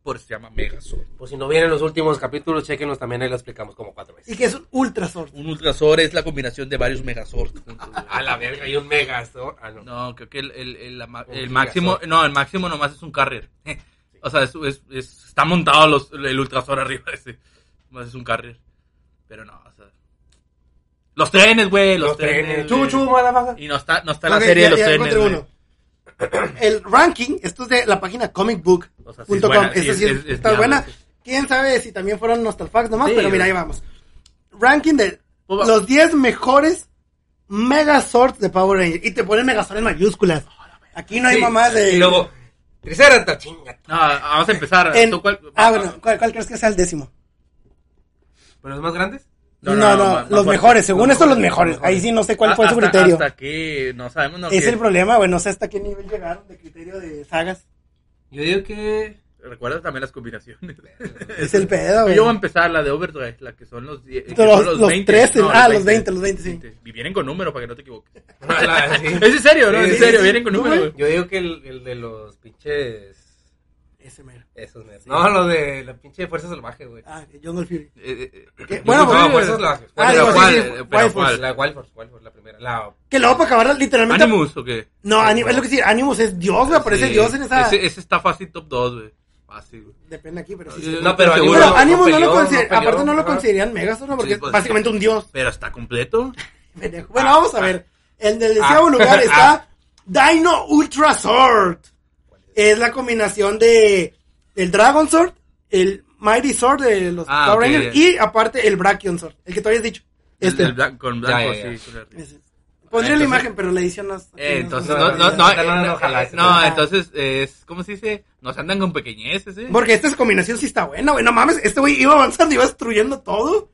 Por eso se llama Megazord. Pues si no vienen los últimos capítulos, chequenlos también, ahí lo explicamos como cuatro veces. Y que es un Ultra Sword. Un Ultrasor es la combinación de varios Megazords juntos, güey. A la verga, y un Megazord. Ah, no. No, creo que el, el- el- la ma- Un el gigasol. máximo, no, el máximo nomás es un carrier. O sea, es, es- es- está montado los, el ultrasor arriba ese. Nomás es un carrier. Pero no, o sea. Los trenes, güey, los, Los trenes. güey. Chubu, chubu, motherfucker. Y no está, no está Ok, la serie ya- de los ya trenes. encontré güey. uno. El ranking, esto es de la página comicbook.com. O sea, sí es buena, sí Esta sí es- es- es- es está viable, buena. sí. Quién sabe si también fueron nostalfax nomás, Sí, pero mira, güey. ahí vamos. Ranking de Pues va- los 10 mejores Megazords de Power Rangers. Y te ponen Megazord en mayúsculas. Aquí no hay Sí. mamás de. Y luego, Tricerata, chinga. No, vamos a empezar. en- ¿Tú cuál- Ah, bueno, ¿cuál, cuál crees que sea el décimo? ¿Pero los más grandes? No, no, más- más los fuerte. mejores. Según esto, los mejores. mejores. Ahí sí no sé cuál Ah, fue su hasta- criterio. Hasta aquí no sabemos. No, es que- el problema, güey. No sé hasta qué nivel llegaron de criterio de sagas. Yo digo que... Recuerda también las combinaciones. Es el pedo, güey. Yo voy a empezar la de Overdrive, la que son los, die- que Los- son los 13, ah, los 20, los 20, sí. Y vienen con número para que no te equivoques. La- sí. Es en serio, ¿no? Sí, es en sí, serio, sí. vienen con ¿Tú, número. güey? güey. Yo digo que el, el de los pinches... Ese mero. Esos nerds. No, lo de la pinche Fuerza Salvaje, güey. Ah, Jungle Fury. Eh, eh, eh, Que- bueno, no, pues, Fuerza Salvaje. Ah, Pero digo, sí, cuál, sí, eh, pero Wild Force. cuál. La Wild Force, Wild Force, la primera. La... Que luego para acabar, literalmente. ¿Animus o qué? No, Ani- es lo que decir, Animus es Dios, güey. Aparece Sí. Dios en esa. Ese, ese está fácil top 2, güey. Fácil, güey. Depende aquí, pero sí. Yo- sí. No, pero Pero seguro no- no Animus no, peleó, lo consideran. peleó, aparte, no lo ajá. consideran Megazord, ¿no? porque Sí, Ah, pues, es básicamente un Dios. Pero está completo. pendejo. Bueno, vamos a ver. En el Ah. décimo lugar está Dino Ultra Sword. Es la combinación de el Dragon Sword, el Mighty Sword de los Ah, Power ok, Rangers ya. y aparte el Brachion Sword, el que tú habías dicho. Este. El- el blan- con blanco, ya, ya. sí. con el- Ese. Pondría la Entonces- imagen, pero la edición no. es- Eh, entonces, no, no, no, no, no, no, no, eh, ojalá, eh, sí, no, ajá. entonces, es, ¿cómo se dice? Nos andan con pequeñeces, ¿eh? Porque esta combinación sí está buena, güey. No mames, este güey iba avanzando, iba destruyendo todo.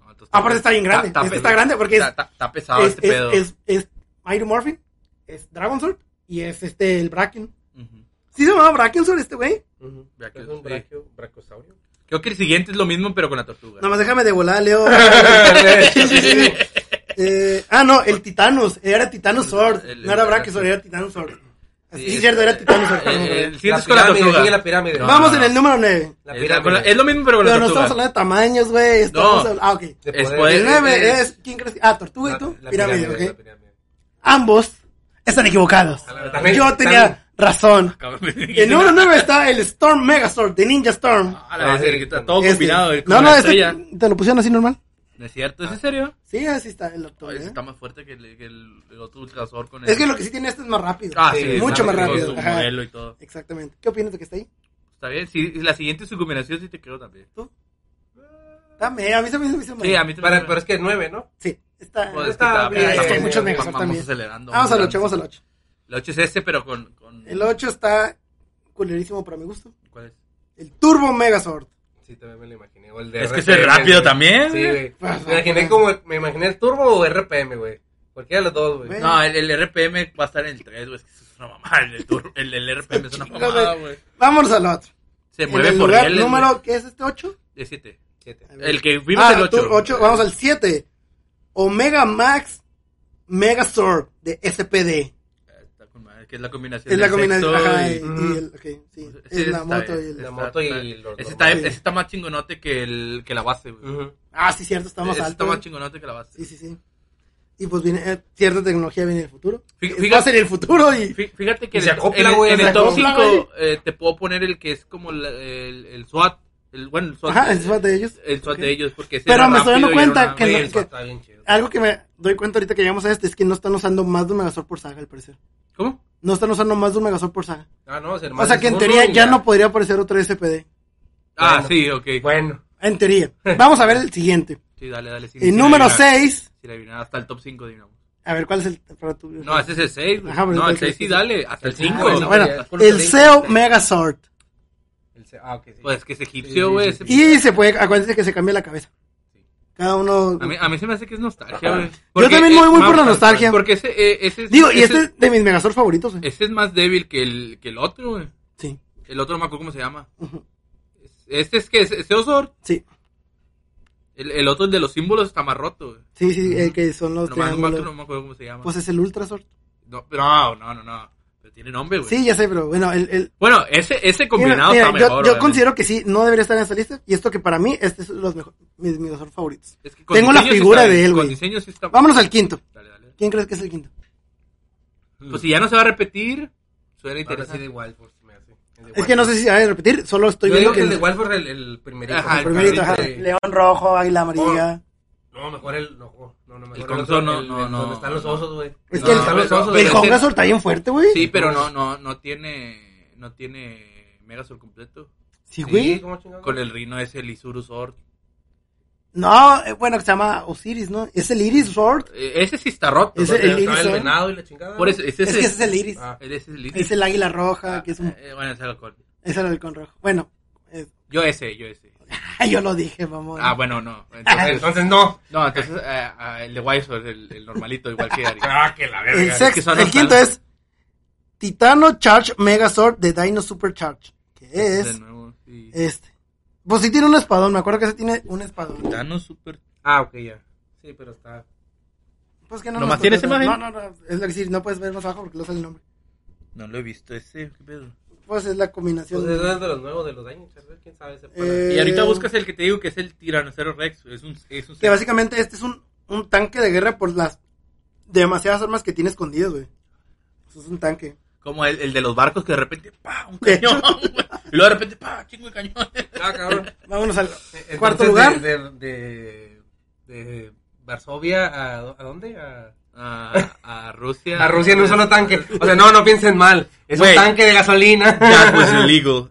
No, entonces Aparte está bien grande. Este está pe- grande porque es- está, está- está pesado es, este es, pedo. es, es Mighty Morphin, es Dragon Sword y es este, el Brachion. Ujú. ¿Sí se llamaba Brachion Sword este güey? Ujú. Brachios, Es un sí. brachio, brachiosaurio. Creo que el siguiente es lo mismo, pero con la tortuga. Nada más déjame de volada, Leo. Sí, sí, sí. Eh, ah, no, el Titanus. Era Titanus Sword. El- el- no era el- Brachiosaur, era Titanus Sword. Sí, Sí, es es- cierto, era Titanus Sword. Eh, perdón, eh, perdón. el siguiente es La con la pirámide, tortuga. sigue la pirámide. No, Vamos no, en no. el número 9. La Es la- pirámide. con la- es lo mismo, pero con Pero no la estamos tortuga. hablando de tamaños, güey. Estamos No. hablando- Ah, ok. De Es- poder. pues, El 9 eh, es. ¿Quién crees? Ah, Tortuga y tú. La- la Pirámide, la ok. pirámide. Ambos están equivocados. A ver, también- Yo también- tenía razón. Cabrón. En el número 9 está el Storm Megazord de Ninja Storm. A la verga, que está todo Este- combinado. Ah, eh, con No, no, la este estrella. te lo pusieron así normal. ¿No es cierto? ¿Es en serio? Sí, así está el ¿eh? octubre. Ay, ese Pues Está más fuerte que el, que el- el otro ultrasor con el... Es que lo que sí tiene este es más rápido. Ah, sí, sí, mucho más con rápido. su Ajá. modelo y todo. Exactamente. ¿Qué opinas de que está ahí? Está bien. Sí, la siguiente su combinación sí te creo también. Dame, a mí se me hizo Sí, a mí también. Para- Pero es que nueve, ¿no? sí, está. Pues, está está- bien, está- es que hay está- muchos vamos megas también. acelerando. vamos al 8, vamos al 8. El 8 es este, pero con... con- El 8 está culerísimo para mi gusto. ¿Cuál es? El Turbo Megazord. Sí, también me lo imaginé. O el de Es que RPM, ese es rápido güey. también. Sí, güey. güey. Me imaginé como, me imaginé el turbo o RPM, güey. Cualquiera de los dos, güey. Bueno. No, el, el RPM va a estar en el 3, güey. Es que eso es una mamada. El, del tur- el, el RPM es una mamada, güey. Vámonos al otro. Se En el mueve por Eh, lugar él. número, ¿qué es este 8? De 7. Siete. El que vimos el 8. 8 Ah, vamos al 7. Omega Max Megazord de SPD. Está con madre, Que es la combinación. Es la del combinación. sexo Ajá, y, y- Mm. y el, ok, sí, Sí, es la está moto y bien. el. La moto y los Ese dos. está, Sí. ese está más chingonote que, el, que la base, güey. Ujú. Ah, sí, cierto, está más Ese alto. está más ¿eh? chingonote que la base. Sí, sí, sí. Y pues viene, eh, cierta tecnología viene del futuro. Fí- Es fíjate- más en el futuro y. Fí- Fíjate que Y se en- acopla, en, güey, en se el top acopla, 5 te puedo poner el que es como la- el, el SWAT. El, bueno, el SWAT, Ajá, el SWAT de ellos. El SWAT Ok. de ellos. Porque ese Pero era me estoy dando rápido y era cuenta una- que no- güey, El el que- SWAT. está bien chido. Ah, Algo que me doy cuenta ahorita que llegamos a este es que no están usando más de un megazord por saga, al parecer. ¿Cómo? No están usando más de un megazord por saga. Ah, no, es el o sea que en teoría ya no podría aparecer otro SPD. Ah, Bueno. sí, ok. Bueno. En teoría. Vamos a ver el siguiente. Sí, dale, dale. sí, sí El la número adivinaron. 6. Sí, la adivinaron, hasta el top 5, digamos. A ver, ¿cuál es el para tu- No, ese es el 6. Ajá, pues pero No, el entonces- 6 sí, dale. Hasta el 5. Ah, bueno, no, bueno, ya, con los el links, SEO ya. Megazord. El se- Ah, ok, sí. Pues que es egipcio, güey. ese- Y se puede, acuérdense que se cambia la cabeza. Cada uno. A mí, a mí se me hace que es nostalgia, güey. Yo también me voy muy por la más- nostalgia. Porque ese, eh, ese es, Eh. Digo, y ese este es de mis megazord favoritos. güey. ese es más débil que el, que el otro, güey. Sí. El otro no me acuerdo cómo se llama. Ujú. Este es que es, es Eosor. Sí. El, el otro, el de los símbolos, está más roto, güey. Sí, sí, eh, que son los Nomás No, me acuerdo- triángulos. no me acuerdo cómo se llama. Pues es el Ultrasort. No, pero no, no, no, no. Pero tiene nombre, güey. Sí, ya sé, pero bueno, el, el, Bueno, ese, ese combinado Mira, está mira, yo, mejor. yo obviamente. considero que sí, no debería estar en esta lista. Y esto que para mí, este es los mejor, mis megazord favoritos. Es que con Tengo la diseño sí figura está de bien, él, Con güey. diseño sí está Vámonos al quinto. Dale, dale. ¿Quién crees que es el quinto? Pues si ya no se va a repetir, suena Ahora sí interesante. de Wild Force me hace. El de Es Wild que no Force. sé si se van a repetir, solo estoy Yo digo viendo que que. el de Wild Force, el, el primerito. Ajá, el el Oh, primerito, Carlito, ajá, sí. León rojo, águila amarilla. No, mejor el. No, no, no. Mejor El otro, Concord, no, el- no, el no. Donde están los osos, güey. Es No, que el, pero- el pero- Conga pero- Sol está bien fuerte, güey. Sí, pero no, no, no tiene, no tiene Megazord completo. Sí, güey. Sí, ¿cómo chingados? Con el rino ese, el Isurus Orc. No, eh, bueno, que se llama Osiris, ¿no? Es el Iris Sword. Eh, Ese sí está roto. Ese- ¿no? el Estaba iris, el ¿no? venado y la chingada. Por eso, ese, Es que ese es el Iris. Ah. ese es el Es el águila roja, que es un... Eh, bueno, ese era el Concord. Es el halcón rojo. Bueno, es- Yo ese, yo ese. yo lo dije, vamos. Ah, bueno, no. Ah, Entonces, Entonces no. no, entonces eh, ah, el de Wisor, el, el normalito, igual que Ari. Ah, que la El verga. sexto, que son el los quinto talos. es Titano Charge Megazord de Dino Super Charge. Que De es nuevo, sí. este. Pues sí tiene un espadón, me acuerdo que ese tiene un espadón. Titano super. Ah, ok, ya. Sí, pero está. Pues que no ¿Nomás nos tiene esa puedes ver. imagen? No, no, no. Es decir, no puedes ver más abajo porque no sale el nombre. No lo he visto ese, qué pedo. Pues es la combinación. Pues es de los nuevos, de los daños. ¿Quién sabe? Se puede. Eh, Y ahorita buscas el que te digo que es el Tiranocero Rex. Es un. Es un Que básicamente este es un, un tanque de guerra por las demasiadas armas que tiene escondidas, güey. Eso es un tanque. Como el, el de los barcos que de repente. ¡Pa! Un De hecho. cañón. güey. y luego de repente. ¡Pa! Chingo de cañón. Ah, cabrón. Vámonos Eh, al Entonces, cuarto lugar. De, de, de, de Varsovia a, ¿a dónde? A, A, a Rusia. a Rusia en un solo tanque. O sea, no, no piensen mal. Es Güey. un tanque de gasolina. That was illegal.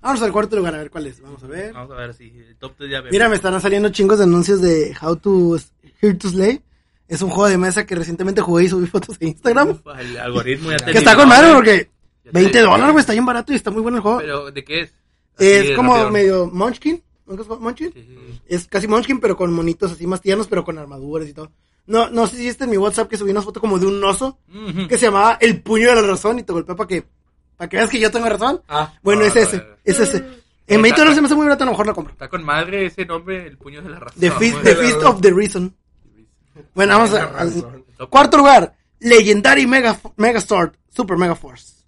Vamos al cuarto lugar a ver cuál es. Vamos a ver. Vamos a ver si. El top 3 ya vemos. Mira, me están saliendo chingos de anuncios de How to Here to Slay. Es un juego de mesa que recientemente jugué y subí fotos en Instagram. Ufa, El algoritmo ya te. Que está eliminó, con madre güey. porque Ya te 20 eliminó. dólares, güey, está bien barato y está muy bueno el juego. Pero, ¿de qué es? Así de Es como rápido. medio Munchkin. ¿Nunca has jugado Munchkin? Sí, sí, sí. Es casi Munchkin, pero con monitos así más tiernos, pero con armaduras y todo. No, no sé si viste en mi WhatsApp que subí una foto como de un oso Ujú. que se llamaba El Puño de la Razón y te golpea para que, para que veas que yo tengo razón. Ah, Bueno, Ah, es la ese, verga. es ese. En 20 dólares se me hace muy barato, a lo mejor lo compro. Está con madre ese nombre, el puño de la razón. The, Feast, güey. The Feast of the Reason. Bueno, vamos a, razón. al- cuarto lugar. Legendary Mega, Mega Sword, Super Mega Force.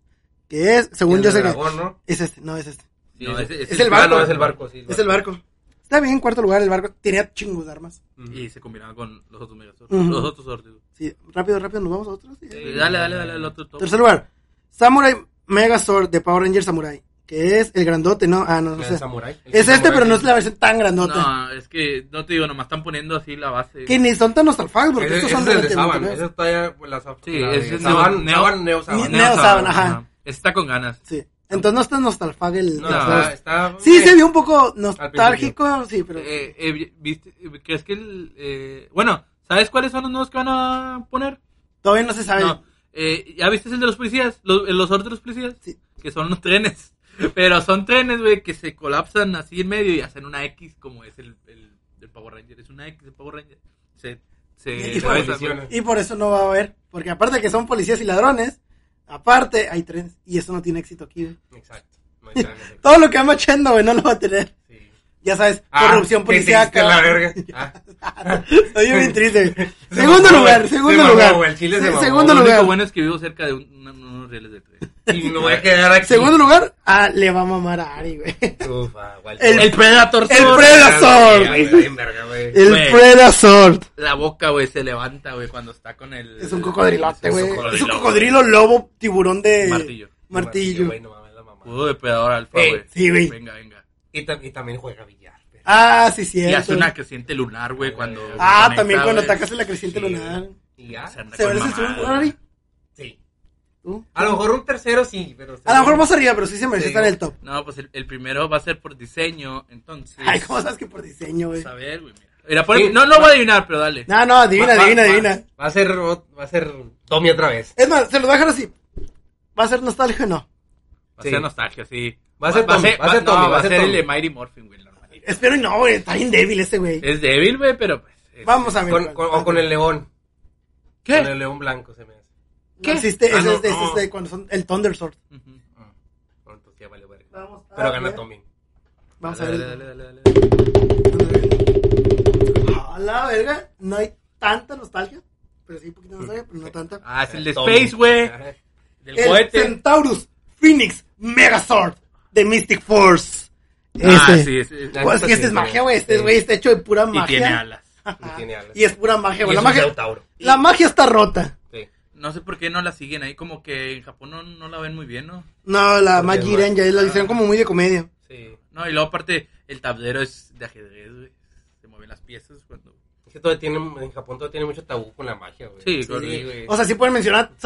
Que es, según El yo sé que dragón, ¿no? es este, no es este. Sí, no, ese- ese es el barco. Ah, no, es el barco, sí. Es el barco. Está bien, cuarto lugar, el barco. Tenía chingos de armas. Y se combinaba con los otros megazords. Ujú. Los otros sortes. Sí, rápido, rápido, nos vamos a otros. Sí. Eh, dale, dale, dale al otro top. Tercer lugar, Samurai Mega Sword de Power Ranger Samurai. Que es el grandote, ¿no? Ah, no, no El sé. samurái. El Es este, samurái. pero no es la versión tan grandota. No, es que no te digo, nomás están poniendo así la base. Que ni son tan nostalfagos, porque Ese- estos ese son es el de relativamente Saban. nuevos. Ese está ya. pues, La, Sí, la, ese es Saban, Neo- Saban, Neo Ah, Saban. Neo Saban, ajá. Está con ganas. Sí. Entonces no es tan nostalfag el. No, el- está, está- Sí, se vio un poco nostálgico, sí, pero... Eh, eh, ¿viste? ¿Crees que el... eh, bueno, ¿sabes cuáles son los nuevos que van a poner? todavía no se sabe. No. Eh, ¿Ya viste el de los policías? Los, eh, los sortes de los policías. Sí. Que son los trenes. Pero son trenes, güey, que se colapsan así en medio y hacen una X como es el, el, el Power Ranger. Es una X el Power Ranger. Se... se Y por- atraviesan, güey. Y por eso no va a haber, porque aparte de que son policías y ladrones, aparte hay trenes, y eso no tiene éxito aquí. güey. Exacto. No hay chance. Todo lo que va machando, güey, no lo va a tener. Sí. Ya sabes, Ah, corrupción qué triste, policíaca. la verga. Ah. Estoy bien triste. güey. segundo mamó, lugar, güey. segundo Se mamó, lugar. güey, el chile se Se- mamó. segundo Lo lugar. único bueno es que vivo cerca de un- una- unos rieles de tren. Y me voy a quedar aquí. Segundo lugar, ah, le va a mamar a Ari, güey. Ufa, Walter. El- El Predator el Sur. Predator. Ahí está bien verga, güey. El Güey. Predator. La boca, güey, se levanta, güey, cuando está con el... Es un cocodrilote, Es un güey. Es un cocodrilote. cocodrilo, lobo, tiburón de... Martillo. Martillo. Güey, no mames, la mamá. Pudo depredador alfa, Ey, güey. sí, güey. Venga, venga. Y, tam- y también juega billar. pero- Ah, sí, Y hace cierto. una creciente lunar, güey, cuando... Ah, conecta, también cuando güey. atacas la creciente Sí. lunar. ¿Y ya? Se anda ¿Se con merece el mamada, segundo güey. lugar, Ari? Sí. ¿Tú? A lo mejor un tercero sí, pero... A lo mejor más arriba, pero sí se merece Sí. estar en el top. No, pues el, el primero va a ser por diseño, entonces. Ay, ¿cómo sabes que por diseño, güey? Vamos a ver, güey, mira. Mira, pon- Sí. No, no voy a adivinar, pero dale. No, no, adivina, Va- va- adivina, va- adivina. Va a ser... ot- Va a ser Tommy otra vez. Es más, se lo voy a dejar así. ¿Va a ser nostálgico o no? Va a ser Sí. nostalgia, sí. Va a ser Tommy, va a ser no, Tommy, va a ser el de Mighty Morphin, güey, normal. Espero y no, güey. Está bien débil ese, güey. Es débil, güey, pero pues... es- Vamos a ver. Eh, Con, con- o con el león. Con ¿Eh? el ¿Qué? león blanco se me hace. No existe, Ah, ese no, es de- ese no. es de cuando son el Thunder Sword. Ujú. No, entonces ya vale verga. Vamos a Pero ver. gana Tommy. Vamos a Dale, ver. dale, dale, dale, dale. A la verga, no hay tanta nostalgia. Pero sí, un poquito de nostalgia, pero no tanta. Ah, es el de Tommy. Space, güey. Ajá. Del El cohete. Centaurus Phoenix Megazord de Mystic Force. Ah, Ese. sí, es, es- La Pues neta que este sí, es magia, güey. güey. Este Sí. güey está hecho de pura Y magia. tiene alas. Ajá. Y tiene alas. Y es pura magia, Y güey. La es un magia, centauro. la magia está rota. Sí. No sé por qué no la siguen ahí, como que en Japón no, no la ven muy bien, ¿no? No, la Porque Magic es Ren ya magia. la hicieron como muy de comedia. Sí. No, y luego aparte, el tablero es de ajedrez, güey. Se mueven las piezas cuando... Es que todavía tienen, en Japón todavía tienen mucho tabú con la magia, güey. Sí, claro. güey. O sea, sí pueden mencionar Magia-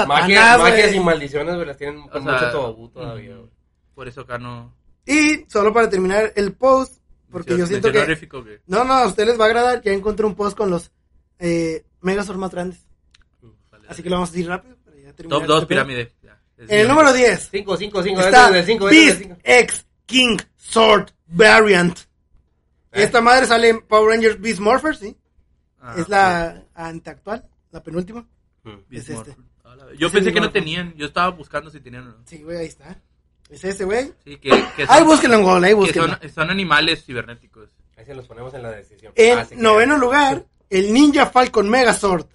Satanás, magias güey. mm. y maldiciones, güey, las tienen con sea, mucho tabú todavía, güey. Por eso acá no. Y solo para terminar el post, porque yo siento que... terrorífico, güey. No, no, a ustedes les va a agradar. Ya encontré un post con los eh, Megazord más grandes. uh, Vale, Así vale. que lo vamos a decir rápido. para ya terminar Top este 2 pedo. pirámide. Ya, es En el bien. número 10 Cinco, cinco, cinco. está del cinco, este es Beast del cinco. X King Sword Variant. Ah. Esta madre sale en Power Rangers Beast Morphers, ¿sí? Ah, es la anteactual, la penúltima. ok. Mm. Beast es Morph. este. Ah, la- Yo Es pensé el que no Morph. tenían. Yo estaba buscando si tenían o no. Sí, güey, ahí está. Es ese, güey. Sí, que, que Ahí son- búsquenlo en Google, ahí que búsquenlo. son, son animales cibernéticos. Ahí se los ponemos en la descripción. En Ah, sí, noveno claro. lugar, el Ninja Falcon Megazord.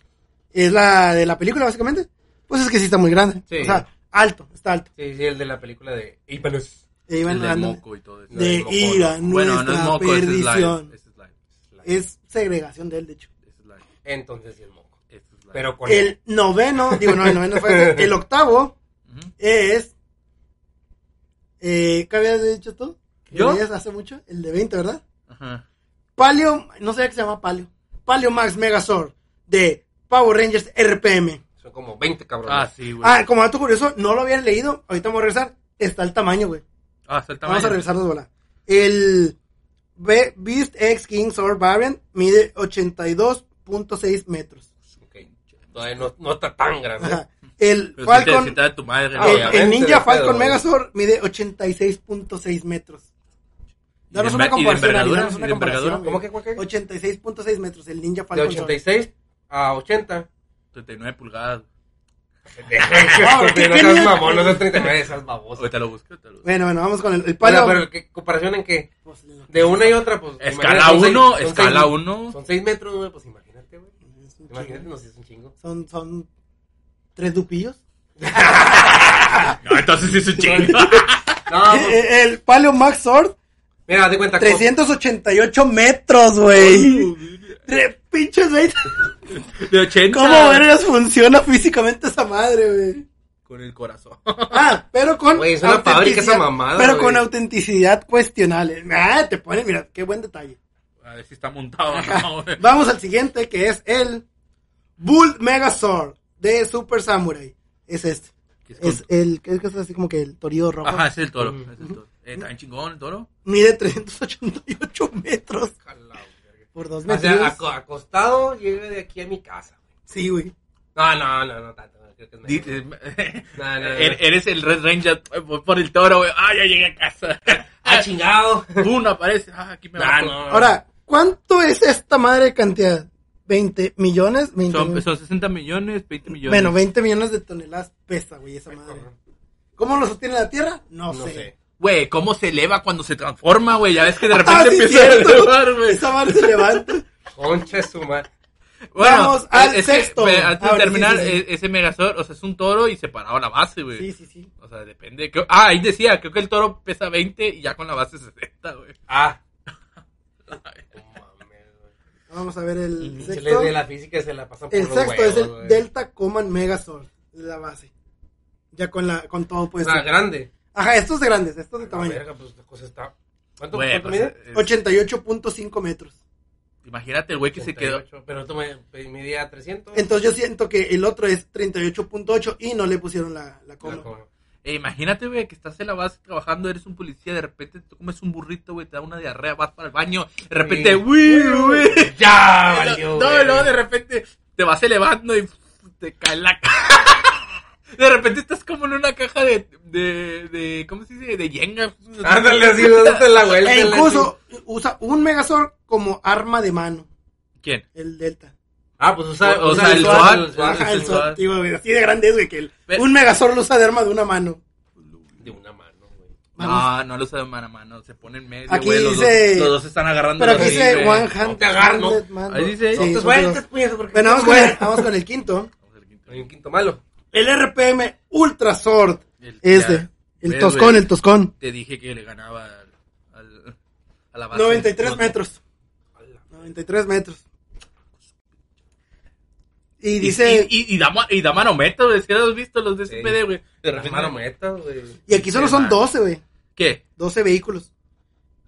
Es la de la película, básicamente. Pues es que sí está muy grande. Sí. O sea, alto, está alto. Sí, sí, el de la película de Ipanus. E iban El de dando- moco y todo eso. De moco, ira, Bueno, no nuestra es moco, ese es slime. perdición. Ese es slime. Es segregación de él, de hecho. Ese es slime. Entonces sí es moco. Ese es slime. Pero con El noveno, digo, no, el noveno fue ese. El octavo Ujú. es. Eh, ¿Qué habías dicho tú? Que ¿Yo? leías hace mucho, el de 20, ¿verdad? Ajá. Palio, no sabía que se llama Palio. Palio Max Megazord de Power Rangers RPM. Son como 20 cabrones. Ah, sí, güey. Ah, como dato curioso, no lo habían leído. Ahorita vamos a regresar. Está el tamaño, güey. Ah, está el Vamos tamaño. a regresarnos, bola. El Be- Beast X King Sword Variant mide 82.6 metros. Ok. Todavía no, no está tan grande. Ajá. El Pero si te, Falcon, si te da tu madre. Ah, ¿no? el, obviamente, el Ninja de pedo, Falcon güey. Megazord mide 86.6 metros. Y Danos de una enver- y de comparación, Ari, envergadura, danos y una de envergadura. comparación. eh, ¿Cómo güey. que, cómo que? 86.6 metros, el Ninja De Falcon. 86 a 80. 39 pulgadas. Deja ¿qué de no quería? seas mamón, no seas 39, esas babosas. Ahorita lo busco. ahorita lo busco. Bueno, bueno, vamos con el, Pues, el Pero, palo. pero, ¿qué comparación en qué? De una y otra, pues. Escala imagínate, son 1, seis- son escala seis- 1. Son 6 metros, güey, pues imagínate, güey. Es un Imagínate, chingo. no sé, es un chingo. Son, son tres dupillos. No, Ah, entonces sí es un chingo. No, Eh, pues, eh, el Palio Max Sword, mira, haz de cuenta. 388 metros, güey. Tre- Pinches, güey. De 80. ¿Cómo vergas funciona físicamente esa madre, güey? Con el corazón. Ah, pero con. Güey, es una fábrica esa autenticidad- mamada, Pero güey. con autenticidad cuestionable. Ah, te pone, mira, qué buen detalle. A ver si está montado o no, güey. Vamos al siguiente, que es el Bull Megazord de Super Samurai. Es este. Que es con- Es el, que es así como que el torillo rojo. Ajá, ese es el toro. ese es el toro. Eh, ¿Está bien chingón el toro? Mide 388 metros por dos O metros. sea, aco- acostado, llega de aquí a mi casa. güey. sí, güey. No, no, no, no tanto. no, Creo que es Di- menos. eh, No, no, no. er- Eres el Red Ranger eh, voy por el toro, güey. Ah, ya llegué a casa. Ah, chingado. Uno aparece. Ah, aquí me No, bajo. no, no. Ahora, ¿cuánto es esta madre de cantidad? ¿20 millones? 20 Son, millones. son 60 millones, 20 millones. Bueno, 20 millones de toneladas pesa, güey, esa madre. cabrón. ¿Cómo lo sostiene la Tierra? No, No sé. sé. Güey, ¿cómo se eleva cuando se transforma, güey? Ya ves que de repente Ah, sí, empieza cierto. a elevar, güey. Esa madre se levanta. Concha su madre. Vamos al eh, es que, sexto. ve, antes Ahora de sí, terminar, sí, sí. e- ese Megazord, o sea, es un toro y separado la base, güey. Sí, sí, sí. O sea, depende. Creo- ah, ahí decía, creo que el toro pesa 20 y ya con la base 60, güey. Ah. Vamos a ver el El sexto. de la física se la pasan por El los sexto huevos, es el güey. Delta Command Megazord, la base. Ya con la con todo O puesto. Ah, sea, Ah, grande. Ajá, estos grandes, estos de La tamaño. verga, pues la cosa está. ¿Cuánto, Güey, cuánto pues, mide? es- 88.5 metros. Imagínate, güey, que se quedó. 88, Pero tú me me medía 300. Entonces yo siento que el otro es 38.8 y no le pusieron la, la coma. La coma. Eh, imagínate, güey, que estás en la base trabajando, eres un policía, de repente tú comes un burrito, güey, te da una diarrea, vas para el baño, de repente, Sí. güey, güey. Ya, Ah, No, valió. no, güey. no, de repente te vas elevando y te cae en la caja. De repente estás como en una caja de, de, de ¿cómo se dice? De yenga. Ándale así, dándote la vuelta. E la- incluso usa un Megazord como arma de mano, ¿Quién? el Delta. Ah, pues usa, O usa sea, el SWAT. SWAT. Ajá, el el Zod, Zod. digo, güey, así de grande es, güey, que el- Pero- un Megazord lo usa de arma de una mano. De una mano, güey. Ah, No, no lo usa de mano a mano, se pone en medio, Aquí güey, los, dice- dos, los dos se están agarrando. Pero aquí así, dice güey. One Hand. no te agarro. Handed Man. Ahí dice, Sí, no te son Sueltas, todos. puñetas, este porque Bueno, vamos con, el, güey. vamos con el quinto. Vamos al quinto. Hay un quinto malo. El RPM Ultra Sword. El- Este. ya, El ves, toscón, güey, el toscón. Te dije que le ganaba al, al- a la base. 93 No, metros. 93 metros. Y Y dice. Y, y, y da, ma- y da manometro, es que has visto los de Sí. SPD, güey. De La repente- mano meta, güey. Y aquí solo Sí, son man. 12, güey. ¿Qué? 12 vehículos.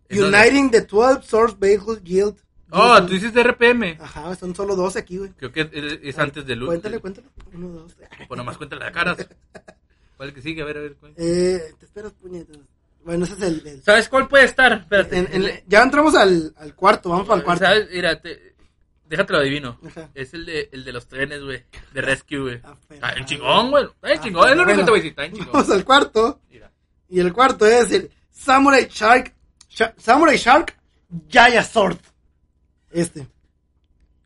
¿En dónde? Uniting the 12 Source Vehicle Guild. Oh, tú hiciste RPM. Ajá, son solo 12 aquí, güey. Creo que es, es antes de Luz. Cuéntale, cuéntale. Uno, dos. Pues nomás cuéntale las caras. ¿Cuál es el que sigue? A ver, a ver. cuál. Eh, te esperas, puñetas. Bueno, ese es el. el- ¿Sabes cuál puede estar? Espérate. en- en- ya entramos al, al cuarto, vamos para el cuarto. ¿Sabes? Mira, te- déjatelo adivino. Ajá. Es el de, el de los trenes, güey. De Rescue, güey. Ah, pero- Está bien chingón, güey. Está bien chingón. Es lo único que te voy a decir. Está bien chingón. Vamos al cuarto. Y el cuarto es el Samurai Shark. Sha- Samurai Shark Jaya Sword. Este.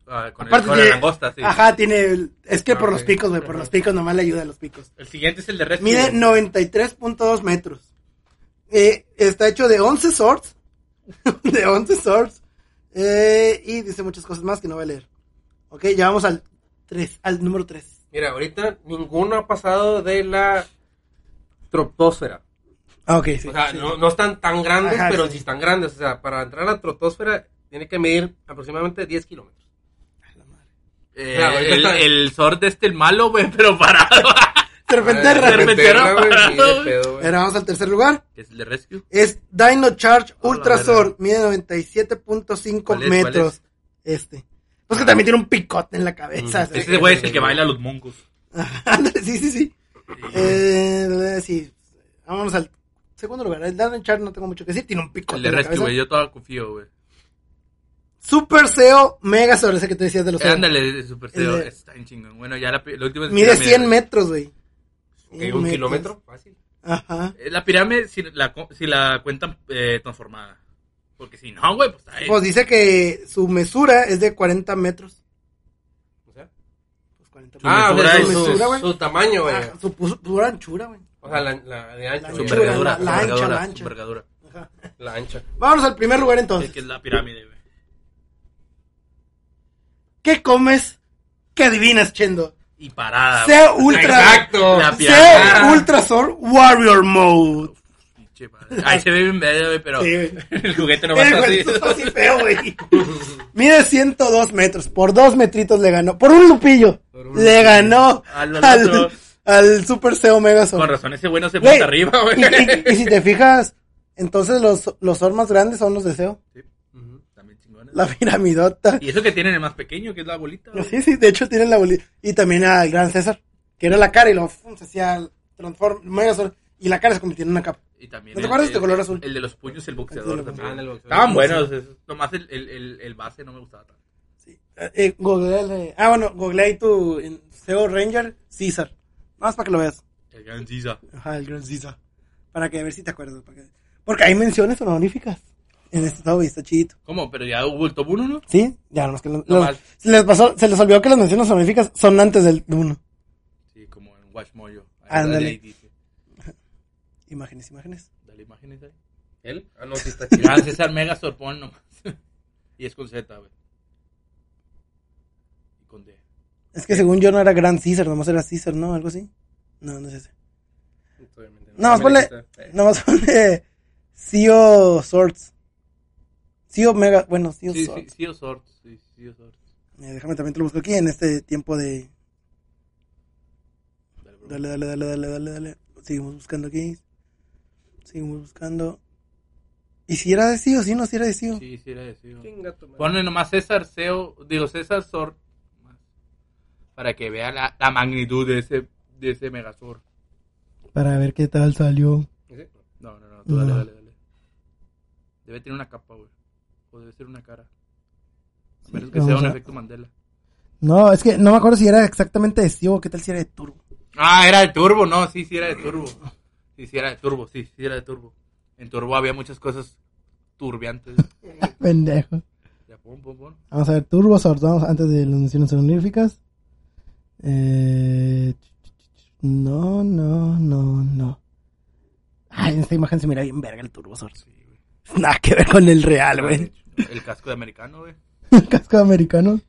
Ah, con el- Aparte con la tiene- langosta, sí. Ajá, tiene. el- es que Ah, por los ok. picos, güey. Por los picos nomás le ayuda a los picos. El siguiente es el de Rescue. Mide 93.2 metros. Eh, está hecho de 11 swords. de 11 swords. Eh, y dice muchas cosas más que no voy a leer. Ok, ya vamos al 3, al número 3. Mira, ahorita ninguno ha pasado de la troposfera. Ah, ok, sí. O sea, no, no están tan grandes, Ajá, pero sí. sí. están grandes. O sea, para entrar a la troposfera tiene que medir aproximadamente 10 kilómetros. Eh, Claro, ahorita el, está- el Zord este, el malo, güey, pero parado. Serpenterra. Serpenterra. güey, parado, sí, de güey. pedo, güey. Ahora vamos al tercer lugar. ¿Es el de Rescue? Es Dino Charge Ultra Ah, verga. Sword. Mide ¿Cuál 97.5 es? ¿Cuál metros. Este. Pues que también tiene un picote en la cabeza. se Ese ve. güey es el que baila los mongos. Ándale, sí, sí, sí. Eh, sí. Vámonos al segundo lugar. El Dino Charge no tengo mucho que decir. Tiene un picote El de en la Rescue, cabeza. güey, yo todavía confío, güey. Super SEO Mega Sword. Ese que tú decías de los Eh, Ándale, Super el Seo, de- está en chingón. Bueno, ya la, pi- la última... es Mide pirámide, 100 güey. metros, güey. Ok, 100 un metros. kilómetro, fácil. Ajá. Eh, La pirámide, si la, co- si la cuentan eh, transformada. Porque si no, güey, pues... ahí- Pues dice que su mesura es de 40 metros. O sea. Pues 40 metros. Ah, o sea, mesura, su, su- su- mesura, güey. su tamaño, güey. Ah, su pu- pura anchura, güey. O sea, la, la de ancho, La güey. su anchura, envergadura, la- la su ancha, envergadura, la su ancha. envergadura. Ajá. La ancha. Vámonos al primer lugar Es entonces. que es la pirámide, güey. ¿Qué comes? ¿Qué adivinas, Chendo? Y parada, güey. Sea Ultra. Exacto. La Sea pirámide. Ah. Ultra Sword Warrior Mode. Pinche madre. Ahí se ve bien medio, güey, pero... Sí, güey. El juguete no va a Eh, estar güey, así. esto está así feo, güey. Mide 102 metros. Por dos metritos le ganó. Por un lupillo. un le ganó Al al, otro. al Super Seo Mega Sword. Con razón, ese güey no se Güey, pasa arriba, güey. Y, y- y si te fijas, entonces los, los Swords más grandes son los de Seo. Ujú. También chingona. La piramidota. Y eso que tienen el más pequeño, que es la bolita. güey. Sí, sí, de hecho tienen la bolita. Y también al gran César, que era la cara y lo se hacía el transform, Megazord, y la cara se convirtió en una capa. Y también ¿No te el- acuerdas de este el- color azul? El de los puños, el boxeador El de los también. Ah, en el boxeo. Estaban buenos. es- Nomás el, el, el, el base no me gustaba tanto. Eh, eh, googleale- ah, bueno, google ahí tu en SEO Ranger César. Nada más para que lo veas. El ah. gran Sisa. Ajá, el gran César. Para que a ver si te acuerdas. para que- Porque hay menciones honoríficas en este top y está chidito. ¿Cómo? Pero ya hubo el top 1, ¿no? ¿Sí? Ya, nomás que lo- lo- mal. se, les pasó, se les olvidó que las menciones honoríficas son antes del 1. Sí, como en Watch Mojo. Ahí Ándale. Dale, ahí dice. Imágenes, imágenes. dale imágenes ahí. ¿Él? Ah, no, sí está chido. Gran César Mega Sorpón nomás. y es con Z, güey. Y con D. Es que según yo no era Gran César, nomás era César, ¿no? Algo así. No, no es ese. Obviamente No, más ponle- Eh. Nomás pone CEO Swords. CEO Mega. Bueno, CEO Sí, sí, Swords. sí, o Swords. Sí, sí, o Swords. Eh, déjame también te lo busco aquí en este tiempo de. Dale, bro. Dale, dale, dale, dale, dale, dale. Seguimos buscando aquí. Seguimos buscando. ¿Y si era de CEO? Sí, no, si era de CEO. Sí, sí, era eso. Chinga tu madre. Ponle nomás César Seo, digo César Sor, para que vea la, la magnitud de ese, de ese Megazord. Para ver qué tal salió. ¿Ese? No, no, no, tú dale, No. dale, dale. Debe tener una capa, güey. O debe ser una cara. A menos que vamos sea un a- efecto Mandela. No, es que no me acuerdo si era exactamente de CEO o qué tal si era de Turbo. Ah, era de turbo, no, sí, sí era de turbo. Sí, sí era de turbo, sí, sí era de turbo. En turbo había muchas cosas turbiantes. Pendejo. Ya, pum, pum, pum. Vamos a ver, Turbo Swords, vamos antes de las menciones honoríficas. Eh, no, no, no, no. Ay, en esta imagen se mira bien verga el Turbo Swords. Nada que ver con el real, güey. El casco de americano, güey. El casco americano.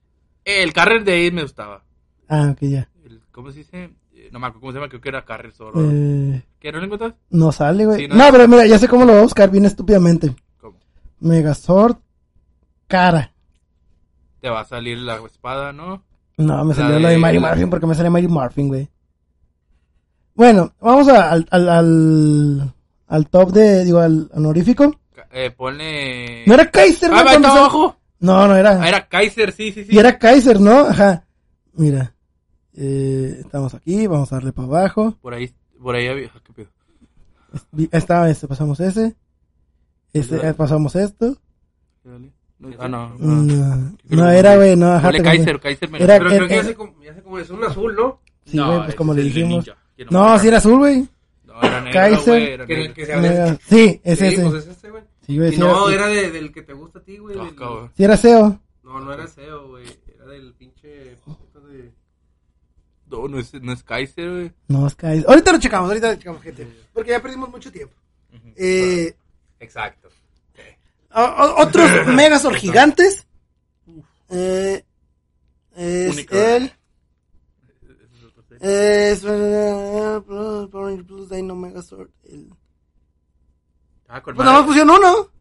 El carrer de ahí me gustaba. Ah, ok, ya. el- ¿Cómo se dice? Eh, No me acuerdo cómo se llama, creo que era Carrer Soro. Eh, ¿Qué no lo encuentras? no sale, güey. Sí, no. no. pero mira, ya sé cómo lo voy a buscar bien estúpidamente. ¿Cómo? Megazord, cara. Te va a salir la espada, ¿no? No, me La salió la de de- Mary la- Marfin porque me sale Mary Marfin, güey. Bueno, vamos a- al, al, al, al top de, digo, al honorífico. Ca- Eh, ponle. No era Kaiser, ¡Ah, güey, va, ahí cuando está sal- abajo! No, no era. Ah, era Kaiser, sí, sí, sí. Y era Kaiser, ¿no? Ajá. Mira. Eh, estamos aquí, vamos a darle para abajo. Por ahí, por ahí había... ah, qué pedo. Vi- Esta, este, pasamos ese. Este, eh, pasamos esto. Dale. Ah, no. Mm, No, no era, güey, no, ajá. Dale, te confundí. Kaiser, Kaiser me Era- Pero creo eh, que ya eh, sé como, ya sé como es un azul, ¿no? Sí, güey, pues ese como es le el de dijimos. ninja, que No, me sí era azul, güey. acuerdo. No, era negro, Kaiser. güey, era Que, negro. que se No habla- Eh, era- Sí, es Sí, ese. pues es ese, güey. Sí, güey, Y sí no, era- era de- del que te gusta a ti, güey. Ah, del- cabrón. sí era SEO. No, no era SEO, güey. Era del pinche. puto de- No, no es, no es Kaiser, güey. No, es Kaiser. Ahorita lo checamos, ahorita lo checamos, gente. Porque ya perdimos mucho tiempo. Eh, Exacto. o- o- otros Megazord gigantes. Eh, es Unicorn. el. Es. eh, Power Rangers Plus Dino Megazord. El, Ah, con pues nada más madre. pusieron uno.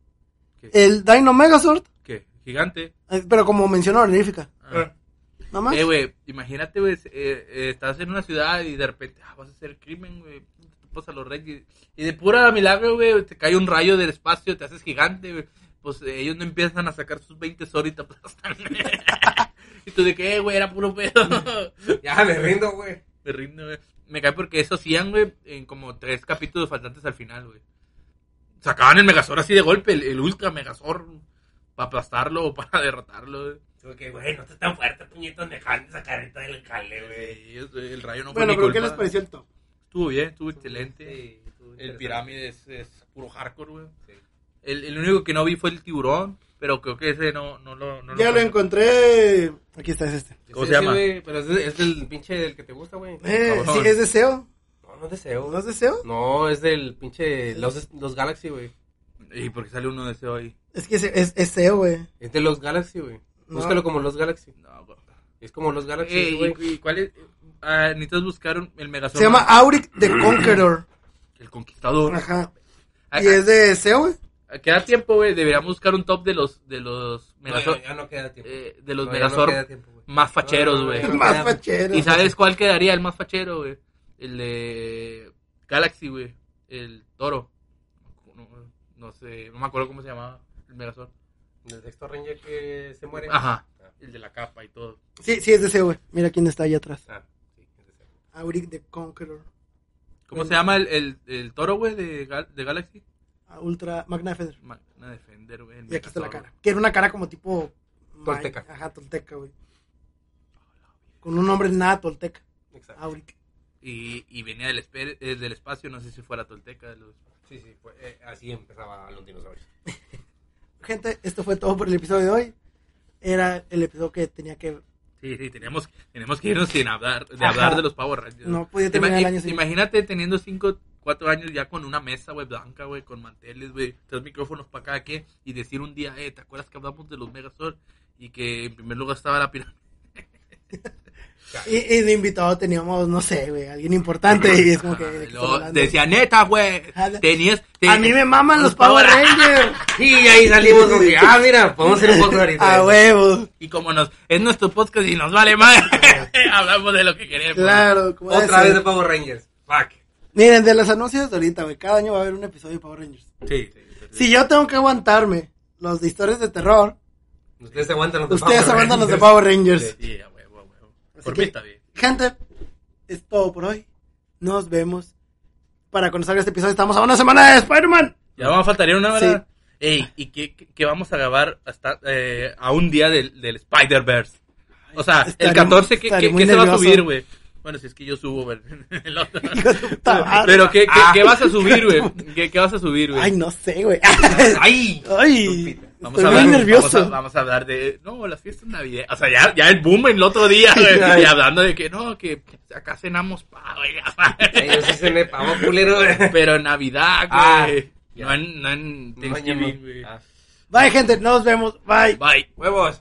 ¿Qué? El Dino Megazord. ¿Qué? Gigante. eh, Pero como mencionó honorífica. Ah. Nada más. Eh, güey, imagínate, güey, eh, eh, estás en una ciudad y de repente ah, vas a hacer crimen, güey. Te pones a los reyes. Y de pura milagro, güey, te cae un rayo del espacio, te haces gigante, güey. Pues eh, ellos no empiezan a sacar sus 20 soritas. Pues, hasta- y tú de qué, güey, era puro pedo. Ya me rindo, güey. Me rindo, güey. Me cae porque eso hacían, güey, en como tres capítulos faltantes al final, güey. Sacaban el Megazord así de golpe, el, el Ultra Megazord, para aplastarlo o para derrotarlo, güey. Como que, güey, no estás tan fuerte, puñetos, dejando esa carreta del jale, güey. Sí, eso, el rayo no fue bueno, mi pero ¿qué culpa. les pareció el top? Estuvo bien, estuvo excelente. el pirámide es, es puro hardcore, güey. El, el único que no vi fue el tiburón, pero creo que ese no, no lo... No Ya lo encontré. Aquí está, es este. ¿Cómo se llama? pero es, de- es del pinche del que te gusta, güey. Eh, Cabrón. sí, es deseo. No, no es deseo. ¿No es E deseo? No, es del pinche. Los, los Galaxy, güey. ¿Y por qué sale uno de ese hoy? Es que es, es, es SEO, güey. Es de los Galaxy, güey. No. Búscalo como los Galaxy. No, güey. Es como los Eh, Galaxy, ¿y- güey. ¿y, cuál es? Ah, necesitas buscar un- el Megazord. Se llama Auric the Conqueror. El Conquistador. Ajá. Ah, Y es de SEO, güey. ah, Queda tiempo, güey. Deberíamos buscar un top de los, de los No, Megazord, ya, ya no queda tiempo. eh, de los No, ya no Megazord queda tiempo, güey. más No, facheros, no, güey. no, no, Más ya. fachero. ¿Y sabes cuál quedaría el más fachero, güey? El de Galaxy, güey. El toro. No, no sé, no me acuerdo cómo se llamaba. El Megazord. Del sexto ranger que se muere. Ajá. El de la capa y todo. Sí, sí, es deseo, güey. Mira quién está ahí atrás. Ah, sí, es deseo. Auric the Conqueror. ¿Cómo se llama el, el, el toro, güey, de, Gal- de Galaxy? A Ultra Magna Feder. Magna Defender, güey. el Y aquí está la Megazord. cara. Que era una cara como tipo. Tolteca. Ajá, tolteca, güey. Con un nombre nada tolteca. Exacto. Auric. Y, y venía del, espe- eh, del espacio, no sé si fuera tolteca. de los- Sí, sí, fue- eh, así empezaba los dinosaurios. Gente, esto fue todo por el episodio de hoy. Era el episodio que tenía que. Sí, sí, tenemos, tenemos que irnos sin hablar, de Ajá. hablar de los Power Rangers. No podía Ima- terminar el año im- sin- Imagínate teniendo 5, 4 años ya con una mesa, güey, blanca, güey, con manteles, güey, tres micrófonos para cada quien y decir un día, eh, ¿te acuerdas que hablamos de los Megazord? Y que en primer lugar estaba la pirámide. Y, y de invitado teníamos, no sé, güey, alguien importante. Y es como que. ¿de qué estás Lo- hablando? decía, neta, güey, Ajá. tenías... A mí me maman los Power Rangers. Y ahí salimos con que, ah, mira, podemos hacer un poco ahorita. A huevo. Y como nos, es nuestro podcast y nos vale más, hablamos de lo que queremos. Claro, como debe Otra vez de ser. Power Rangers. Fuck. Miren, de los anuncios de ahorita, güey. Cada año va a haber un episodio de Power Rangers. Sí, sí. Si yo tengo que aguantarme los de historias de terror, Ustedes aguantan los de ustedes Power aguantan los de Rangers. Power Rangers. Sí, a huevo, a huevo. Así Por que- mí está bien. Gente, es todo por hoy. Nos vemos. Para cuando salga este episodio, estamos a una semana de Spider-Man. Ya vamos a faltaría una Sí. hora. Ey, ¿y qué, qué- qué vamos a grabar hasta eh, a un día del, del Spider-Verse? O sea, Estaré- el 14, ¿qué, estaré qué, muy qué se va a nervioso. subir, güey? Bueno, si es que yo subo, güey. El otro. Hijo de puta madre. Pero, ¿qué, qué, qué vas a subir, güey? ¿Qué, qué vas a subir, güey? Ah, Ay, no sé, güey. ¡Ay! Ay, Vamos estoy a muy hablar, nervioso. Vamos a, vamos a hablar de. No, las fiestas navideñas. O sea, ya, ya el boom el otro día, güey. Ay. Y hablando de que no, que acá cenamos pa, güey. Ay, yo sí cené pavo culero. Pero en Navidad, Ah, güey. ya. no en, no en Thanksgiving, güey. Ah. Bye, gente. Nos vemos. Bye. Bye. Huevos.